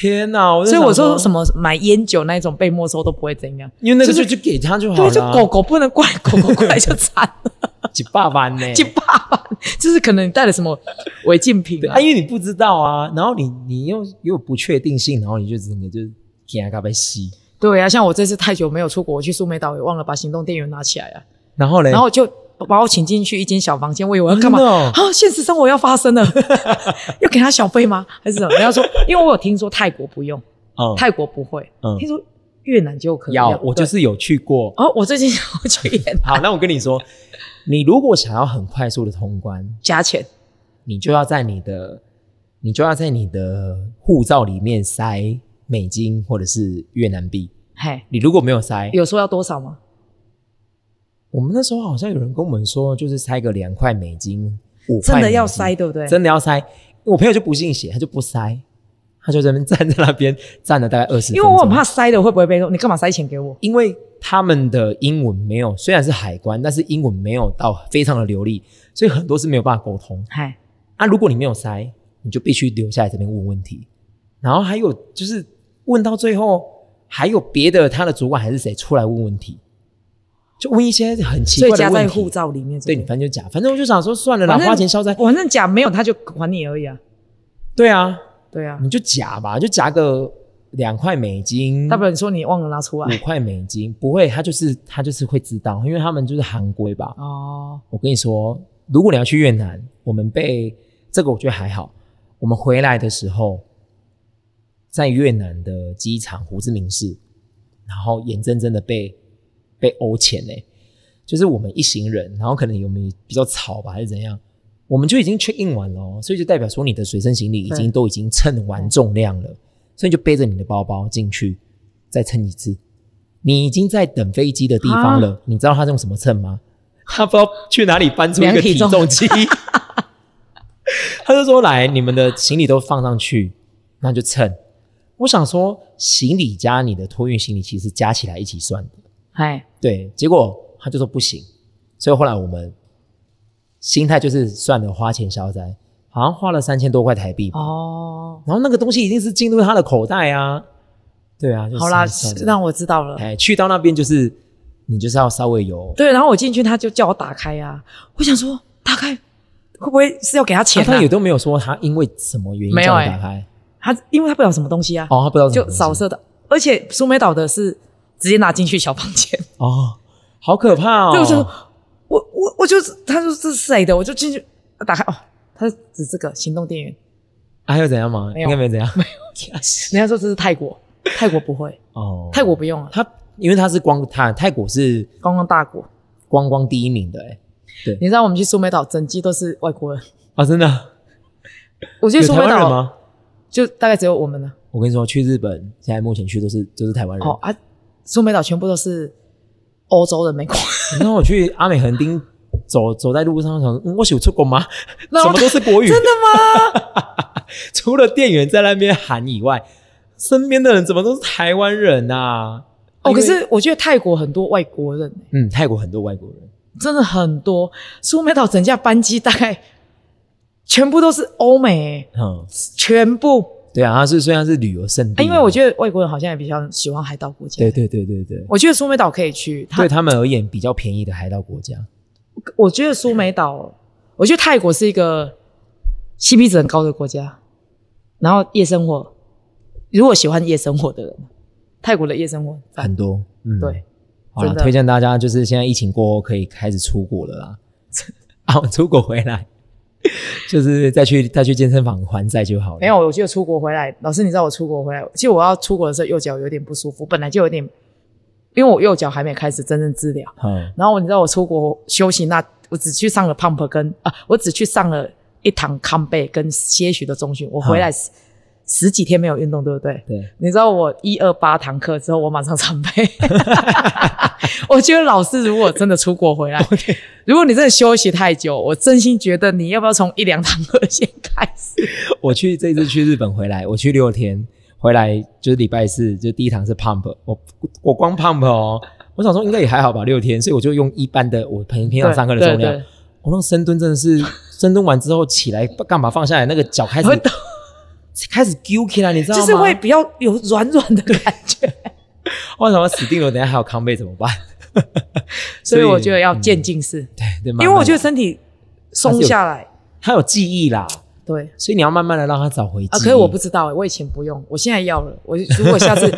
A: 天哪！我就
B: 所以我说
A: 想
B: 什，么买烟酒那一种被没收都不会怎样，
A: 因为那个
B: 就
A: 就是就给他就好
B: 对，
A: 了，啊
B: 就狗狗不能怪狗狗过来就惨 了，
A: 几爸爸呢？
B: 就爸爸就是可能你带了什么违禁品
A: 对
B: 啊
A: 啊，，因为你不知道啊，然后你你又又有不确定性，然后你就整个就是给他被吸，
B: 对啊，像我这次太久没有出国，我去苏梅岛也忘了把行动电源拿起来啊，
A: 然后嘞，
B: 然后就把我请进去一间小房间，我以为要干嘛
A: 真的哦
B: 啊？现实生活要发生了， 要给他小费吗？还是什么？人家说，因为我有听说泰国不用，
A: 嗯
B: 泰国不会，
A: 嗯
B: 听说越南就可以
A: 要我就
B: 对
A: 是有去过。
B: 哦，我最近我去越南
A: 好，那我跟你说，你如果想要很快速的通关，
B: 加钱，
A: 你就要在你的你就要在你的护照里面塞美金或者是越南币。
B: 嘿，
A: 你如果没有塞，
B: 有说要多少吗？
A: 我们那时候好像有人跟我们说，就是塞个两块美金，五块
B: 真的
A: 美
B: 要
A: 金
B: 塞，对不对？
A: 真的要塞。我朋友就不信邪，他就不塞，他就在那边站在那边站了大概二十。
B: 因为我很怕，塞的会不会被说你干嘛塞钱给我？
A: 因为他们的英文没有，虽然是海关，但是英文没有到非常的流利，所以很多是没有办法沟通。
B: 嘿，
A: 啊，如果你没有塞，你就必须留下来这边问问题。然后还有就是问到最后，还有别的他的主管还是谁出来问问题，就问一些很奇
B: 所
A: 怪
B: 以
A: 的问题。
B: 加在护照里面，
A: 对，你反正就假，反正我就想说算了啦，
B: 反正
A: 花钱消灾。
B: 反正假没有他就还你而已啊，
A: 对啊，
B: 对啊，
A: 你就假吧，就假个两块美金，
B: 大不了你说你忘了拿出
A: 五
B: 来
A: 块美金，不会，他就是他就是会知道，因为他们就是行规吧。
B: 哦，
A: 我跟你说，如果你要去越南，我们被这个我觉得还好。我们回来的时候，在越南的机场胡志明市，然后眼睁睁的被被欧钱呢、就是我们一行人，然后可能我们比较吵吧，还是怎样，我们就已经 check in 完了哦、所以就代表说你的随身行李已经
B: 对
A: 都已经称完重量了，所以你就背着你的包包进去再称一次。你已经在等飞机的地方了，你知道他用什么秤吗？他不知道去哪里搬出一个
B: 量体
A: 体
B: 重
A: 重机，他就说：“来，你们的行李都放上去，那就称。”我想说，行李加你的托运行李其实加起来一起算的，
B: 哎，
A: 对。结果他就说不行，所以后来我们心态就是算了，花钱消灾，好像花了三千多块台币吧。
B: 哦，
A: 然后那个东西一定是进入他的口袋啊，对啊。就
B: 好
A: 算
B: 啦
A: 了，算了
B: 让我知道了。
A: 哎，去到那边就是你就是要稍微有，
B: 对，然后我进去，他就叫我打开啊，我想说打开会不会是要给他钱、
A: 啊
B: 啊？
A: 他也都没有说他因为什么原因
B: 没有
A: 叫你
B: 哎
A: 打开，
B: 他因为他不知道什么东西啊，
A: 哦，他不知道什么
B: 就
A: 东西
B: 扫射的，而且苏梅岛的是直接拿进去小房间，
A: 哦，好可怕哦，
B: 对，我就说我我我就是他说这是谁的，我就进去打开哦，他是指这个行动电源，
A: 还有怎样吗？
B: 没有
A: 应该没有怎样，没
B: 人家说这是泰国，泰国不会，
A: 哦，
B: 泰国不用啊，
A: 他因为他是光他泰国是
B: 刚刚大国，
A: 光光第一名的哎
B: 你知道我们去苏梅岛整机都是外国人，
A: 啊，真的
B: 我去
A: 有
B: 苏
A: 台
B: 梅
A: 湾人
B: 岛
A: 吗？
B: 就大概只有我们了。
A: 我跟你说，去日本现在目前去都是都是台湾人
B: 哦。啊，苏梅岛全部都是欧洲人，美国人。
A: 然后我去阿美横丁走走在路上，想说嗯我是有出国 吗？
B: 那
A: 什么都是国语，
B: 真的 吗？
A: 除了店员在那边喊以外，身边的人怎么都是台湾人呐、啊？
B: 哦，
A: 因为
B: 可是我觉得泰国很多外国人，欸
A: 嗯，泰国很多外国人，
B: 真的很多。苏梅岛整架班机大概全部都是欧美，欸
A: 嗯，
B: 全部。
A: 对啊，它是虽然是旅游胜
B: 啊
A: 地，
B: 因为我觉
A: 得
B: 得外国人好像也比较喜欢海岛国家。
A: 嗯对，对对对对，
B: 我觉得苏梅岛可以去。他
A: 对，他们而言比较便宜的海岛国家，
B: 我觉得苏梅岛，我觉得泰国是一个 CP 值很高的国家。然后夜生活，如果喜欢夜生活的人，泰国的夜生活赞
A: 很多，嗯，
B: 对。
A: 好啦
B: 真的
A: 推荐大家就是现在疫情过后可以开始出国了啦，啊，出国回来 就是再去再去健身房还债就好了，
B: 没有，我记得出国回来，老师，你知道我出国回来，其实我要出国的时候右脚有点不舒服，本来就有点，因为我右脚还没开始真正治疗。
A: 嗯，
B: 然后你知道我出国休息那，我只去上了 pump 跟啊，我只去上了一堂康贝跟些许的中训，我回来十十几天没有运动，对不对？
A: 对，
B: 你知道我一二八堂课之后，我马上常备。我觉得老师如果真的出国回来，如果你真的休息太久，我真心觉得你要不要从一两堂课先开始？
A: 我去这次去日本回来，我去六天，回来就是礼拜四，就第一堂是 pump，我我光 pump 哦，我想说应该也还好吧，六天，所以我就用一般的我平平常上课的重
B: 对
A: 量
B: 对，
A: 我那个深蹲真的 是深蹲完之后起来干嘛放下来，那个脚开始
B: 会抖
A: 开始揪起来，你知道
B: 就
A: 吗？
B: 是会比较有 软软的感觉。
A: 我想说死定了，等一下还有康贝怎么办？
B: 所以我觉得要渐
A: 嗯
B: 进式，
A: 对对，
B: 因为我觉
A: 得
B: 得身体松下来，
A: 他有记忆啦，
B: 对
A: 所以你要慢慢的让他找回记忆。
B: 啊，可是我不知道、我以前不用，我现在要了。我如 果下次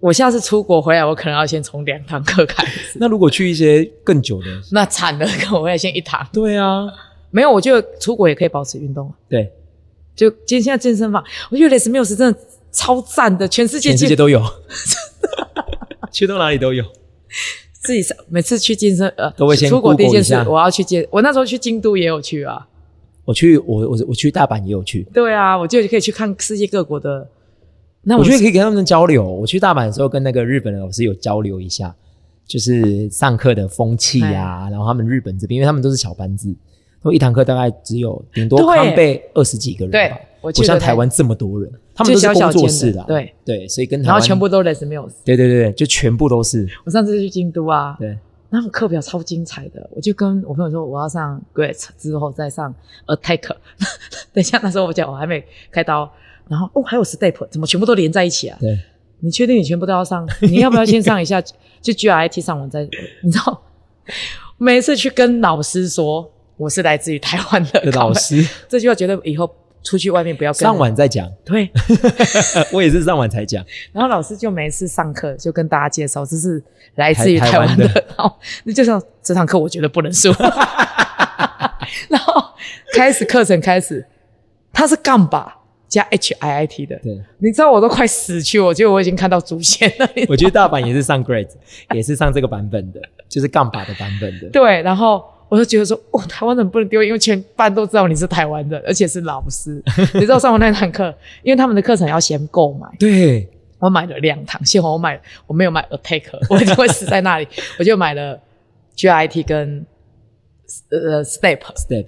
B: 我下次出国回来，我可能要先从两堂 课开始，
A: 那如果去一些更久的，
B: 那惨了，可能我要先一堂。
A: 对啊，
B: 没有，我觉得出国也可以保持运动啊。
A: 对，
B: 就今天现在健身房，我觉得雷斯缪斯真的超赞的，全世界
A: 全世
B: 健
A: 界 都有，去到哪里都有。
B: 自己上每次去健身呃，
A: 都会先
B: 出国第一件事
A: Google 一下
B: 我要去健，我那时候去京都也有去啊。
A: 我去，我我我去大阪也有去，
B: 对啊，我就可以去看世界各国的。那
A: 我
B: 们
A: 觉得可以跟他们交流。我去大阪的时候，跟那个日本的老师有交流一下，就是上课的风气
B: 哎
A: 啊，然后他们日本这边，因为他们都是小班制，都一堂课大概只有顶多
B: 对
A: 康贝二十几个人
B: 对
A: 吧，，
B: 我去
A: 不
B: 的
A: 像
B: 那
A: 台湾这么多人，他们都是
B: 就小
A: 工
B: 小
A: 作
B: 间
A: 室
B: 的
A: 的啊，
B: 对
A: 对，所以跟台
B: 然
A: 湾
B: 后全部都 Les Mills。
A: 对对对对，就全部都是
B: 我上次去京都啊，
A: 对
B: 那他们课表超精彩的，我就跟我朋友说我要上 Great 之后再上 Attack，等 一下那时候我讲我还没开刀，然后哦还有 Step，怎么全部都连在一起啊？
A: 对，
B: 你确定你全部都要上？你要不要先上一下？就 GRIT 上完再，你知道， 每次去跟老师说我是来自于台湾的
A: 有老，师
B: 这句话绝对以后出去外面不要跟
A: 上晚再 讲，
B: 对
A: 我也是上晚才讲，
B: 然后老师就每次上课就跟大家介绍，这是来自于
A: 台
B: 台湾的。
A: 台湾的
B: 然后你就想这堂课我觉得不能输。 然后开始课程开始，他是杠把加 HIIT 的，
A: 对。
B: 你知道我都快死去，我觉得我已经看到祖先了。你知道 吗
A: 我觉得大阪也是上 grade，也是上这个版本的，就是杠把的版本的。
B: 对，然后我就觉得说，哦，台湾人不能丢，因为全班都知道你是台湾人，而且是老师。你知道上完那堂课，因为他们的课程要先购买。
A: 对
B: 我买了两堂，幸好我买我没有买 Attack，我 就会死在那里。我就买了 GIT 跟呃 Step。
A: ，step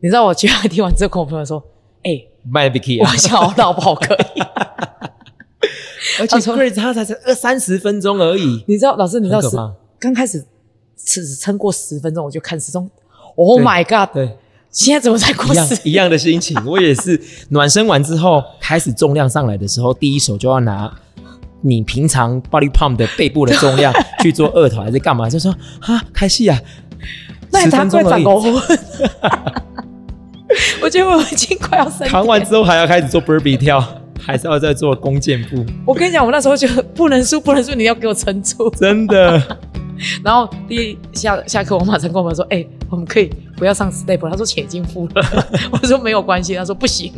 B: 你知道我 GIT 完之后跟我朋友说：“哎、
A: 卖 Vicky
B: 我
A: 啊，
B: 想要绕跑可以。
A: 而且 grade 它才才二三十分钟而已”，
B: 你知道老师，你知道
A: 很
B: 是
A: 可怕
B: 刚开始只撑过十分钟，我就看时钟，Oh my God！
A: 对，
B: 现在怎么才过
A: 一样
B: 十？
A: 一样的心情。我也是暖身完之后，开始重量上来的时候，第一手就要拿。你平常 body pump 的背部的重 量去做二头还是干嘛？就说啊，开戏啊，
B: 那
A: 十
B: 他
A: 分钟
B: 快
A: 而
B: 转
A: 已。
B: 过我。 我觉得我已经快要生
A: 弹完之后还要开始做 burpee 跳，还是要再做弓箭步，
B: 我跟你讲，我那时候就不能输，不能输，你要给我撑住。
A: 真 的。
B: 然后第一下下课，我马上跟我们说：“哎、我们可以不要上 step。”他说：“钱已经付了。” 我说：“没有关系。”他说：“不行，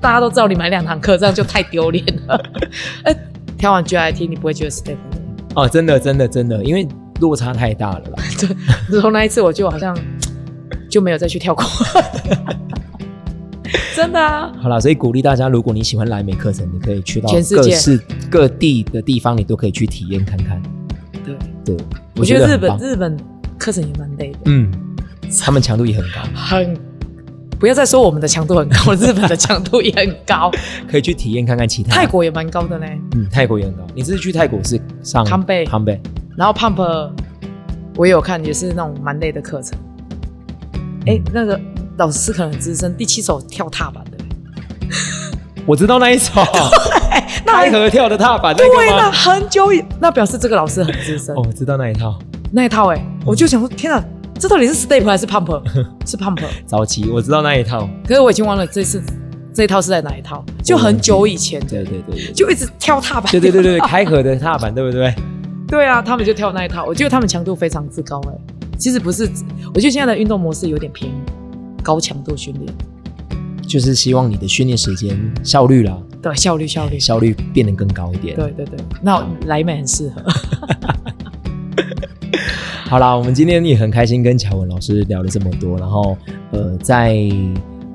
B: 大家都知道你买两堂课，这样就太丢脸了。 哎，跳完 GIT 你不会觉得 step？
A: 哦，真的，真的，真的，因为落差太大了啦。
B: 自从那一次，我就好像就没有再去跳过。 真的啊，
A: 好啦，所以鼓励大家，如果你喜欢莱美课程，你可以去到
B: 全世
A: 各
B: 界
A: 市各地的地方，你都可以去体验看看。
B: 对，
A: 对，
B: 我觉得日
A: 很
B: 本
A: 棒，
B: 日本课程也蛮累的，
A: 嗯，他们强度也很高，
B: 很不要再说我们的强度很高，日本的强度也很 高，
A: 可以去体验看看其他。
B: 泰，国也蛮高的呢。
A: 嗯，泰国也很高。你这次去泰国是上
B: 康贝
A: 康贝，
B: 然后 Pump 我也有看，也是那种蛮累的课程。哎、那个老师可能很资深，第七首跳踏板的，
A: 我知道那一首
B: 那
A: 开
B: 还
A: 合跳的踏板那
B: 对，
A: 个
B: 那
A: 吗？
B: 很久以，那表示这个老师很资深。
A: 哦，我知道那一套。
B: 那一套哎、我就想说，天哪，这到底是 Step 还 是 Pump？是 Pump，
A: 早期我知道那一套。
B: 可是我已经忘了这次这一套是在哪一套，就很久以前的，
A: 对对对对。
B: 就一直跳踏板。
A: 对对对对，对开合的踏板对不对？
B: 对啊，他们就跳那一套，我觉得他们强度非常之高哎、其实不是，我觉得现在的运动模式有点偏高强度训练，
A: 就是希望你的训练时间效率啦，
B: 对，效率效率。
A: 效率变得更高一点。
B: 对对对，那莱美很适合。
A: 好啦，我们今天也很开心跟乔文老师聊了这么多，然后呃，在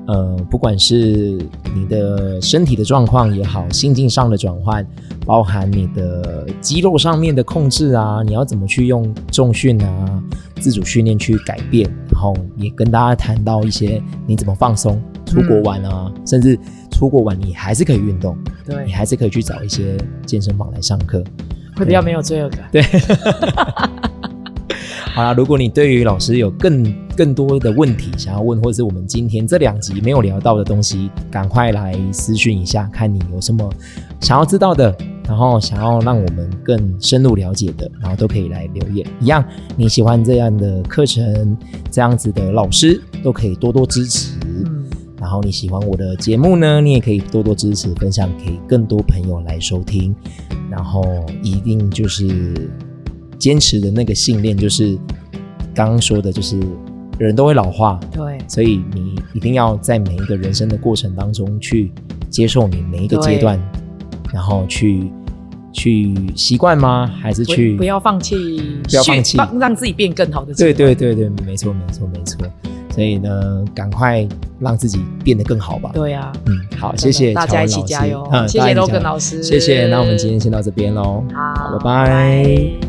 A: 呃不管是你的身体的状况也好，心境上的转换，包含你的肌肉上面的控制啊，你要怎么去用重训啊、自主训练去改变，然后也跟大家谈到一些你怎么放松，出国玩啊，
B: 嗯
A: 甚至出国玩你还是可以运动，你
B: 对，
A: 还是可以去找一些健身房来上课。
B: 会比较没有罪恶感。
A: 对，好啦，如果你对于老师有更更多的问题想要问，或者是我们今天这两集没有聊到的东西，赶快来私讯一下，看你有什么想要知道的，然后想要让我们更深入了解的，然后都可以来留言。一样，你喜欢这样的课程，这样子的老师，都可以多多支持。
B: 嗯，
A: 然后你喜欢我的节目呢，你也可以多多支持，分享给更多朋友来收听。然后一定就是坚持的那个信念，就是刚刚说的，就是人都会老化，
B: 对，
A: 所以你一定要在每一个人生的过程当中去接受你每一个
B: 对
A: 阶段，然后去去习惯吗？还是
B: 不
A: 去
B: 不要放弃，
A: 不要放弃
B: 去放让自己变更好的。
A: 对，对对对，没错没错没错。所以呢，赶快让自己变得更好吧。
B: 对啊，
A: 嗯，好，谢
B: 真的
A: 谢
B: 大
A: 乔
B: 家一
A: 文
B: 起
A: 老
B: 加
A: 师
B: 油
A: 嗯，
B: 谢
A: 大家
B: 谢
A: 一起
B: Logan
A: 加油
B: 老师，
A: 谢谢。那我们今天先到这边喽，
B: 好，
A: 拜拜
B: 拜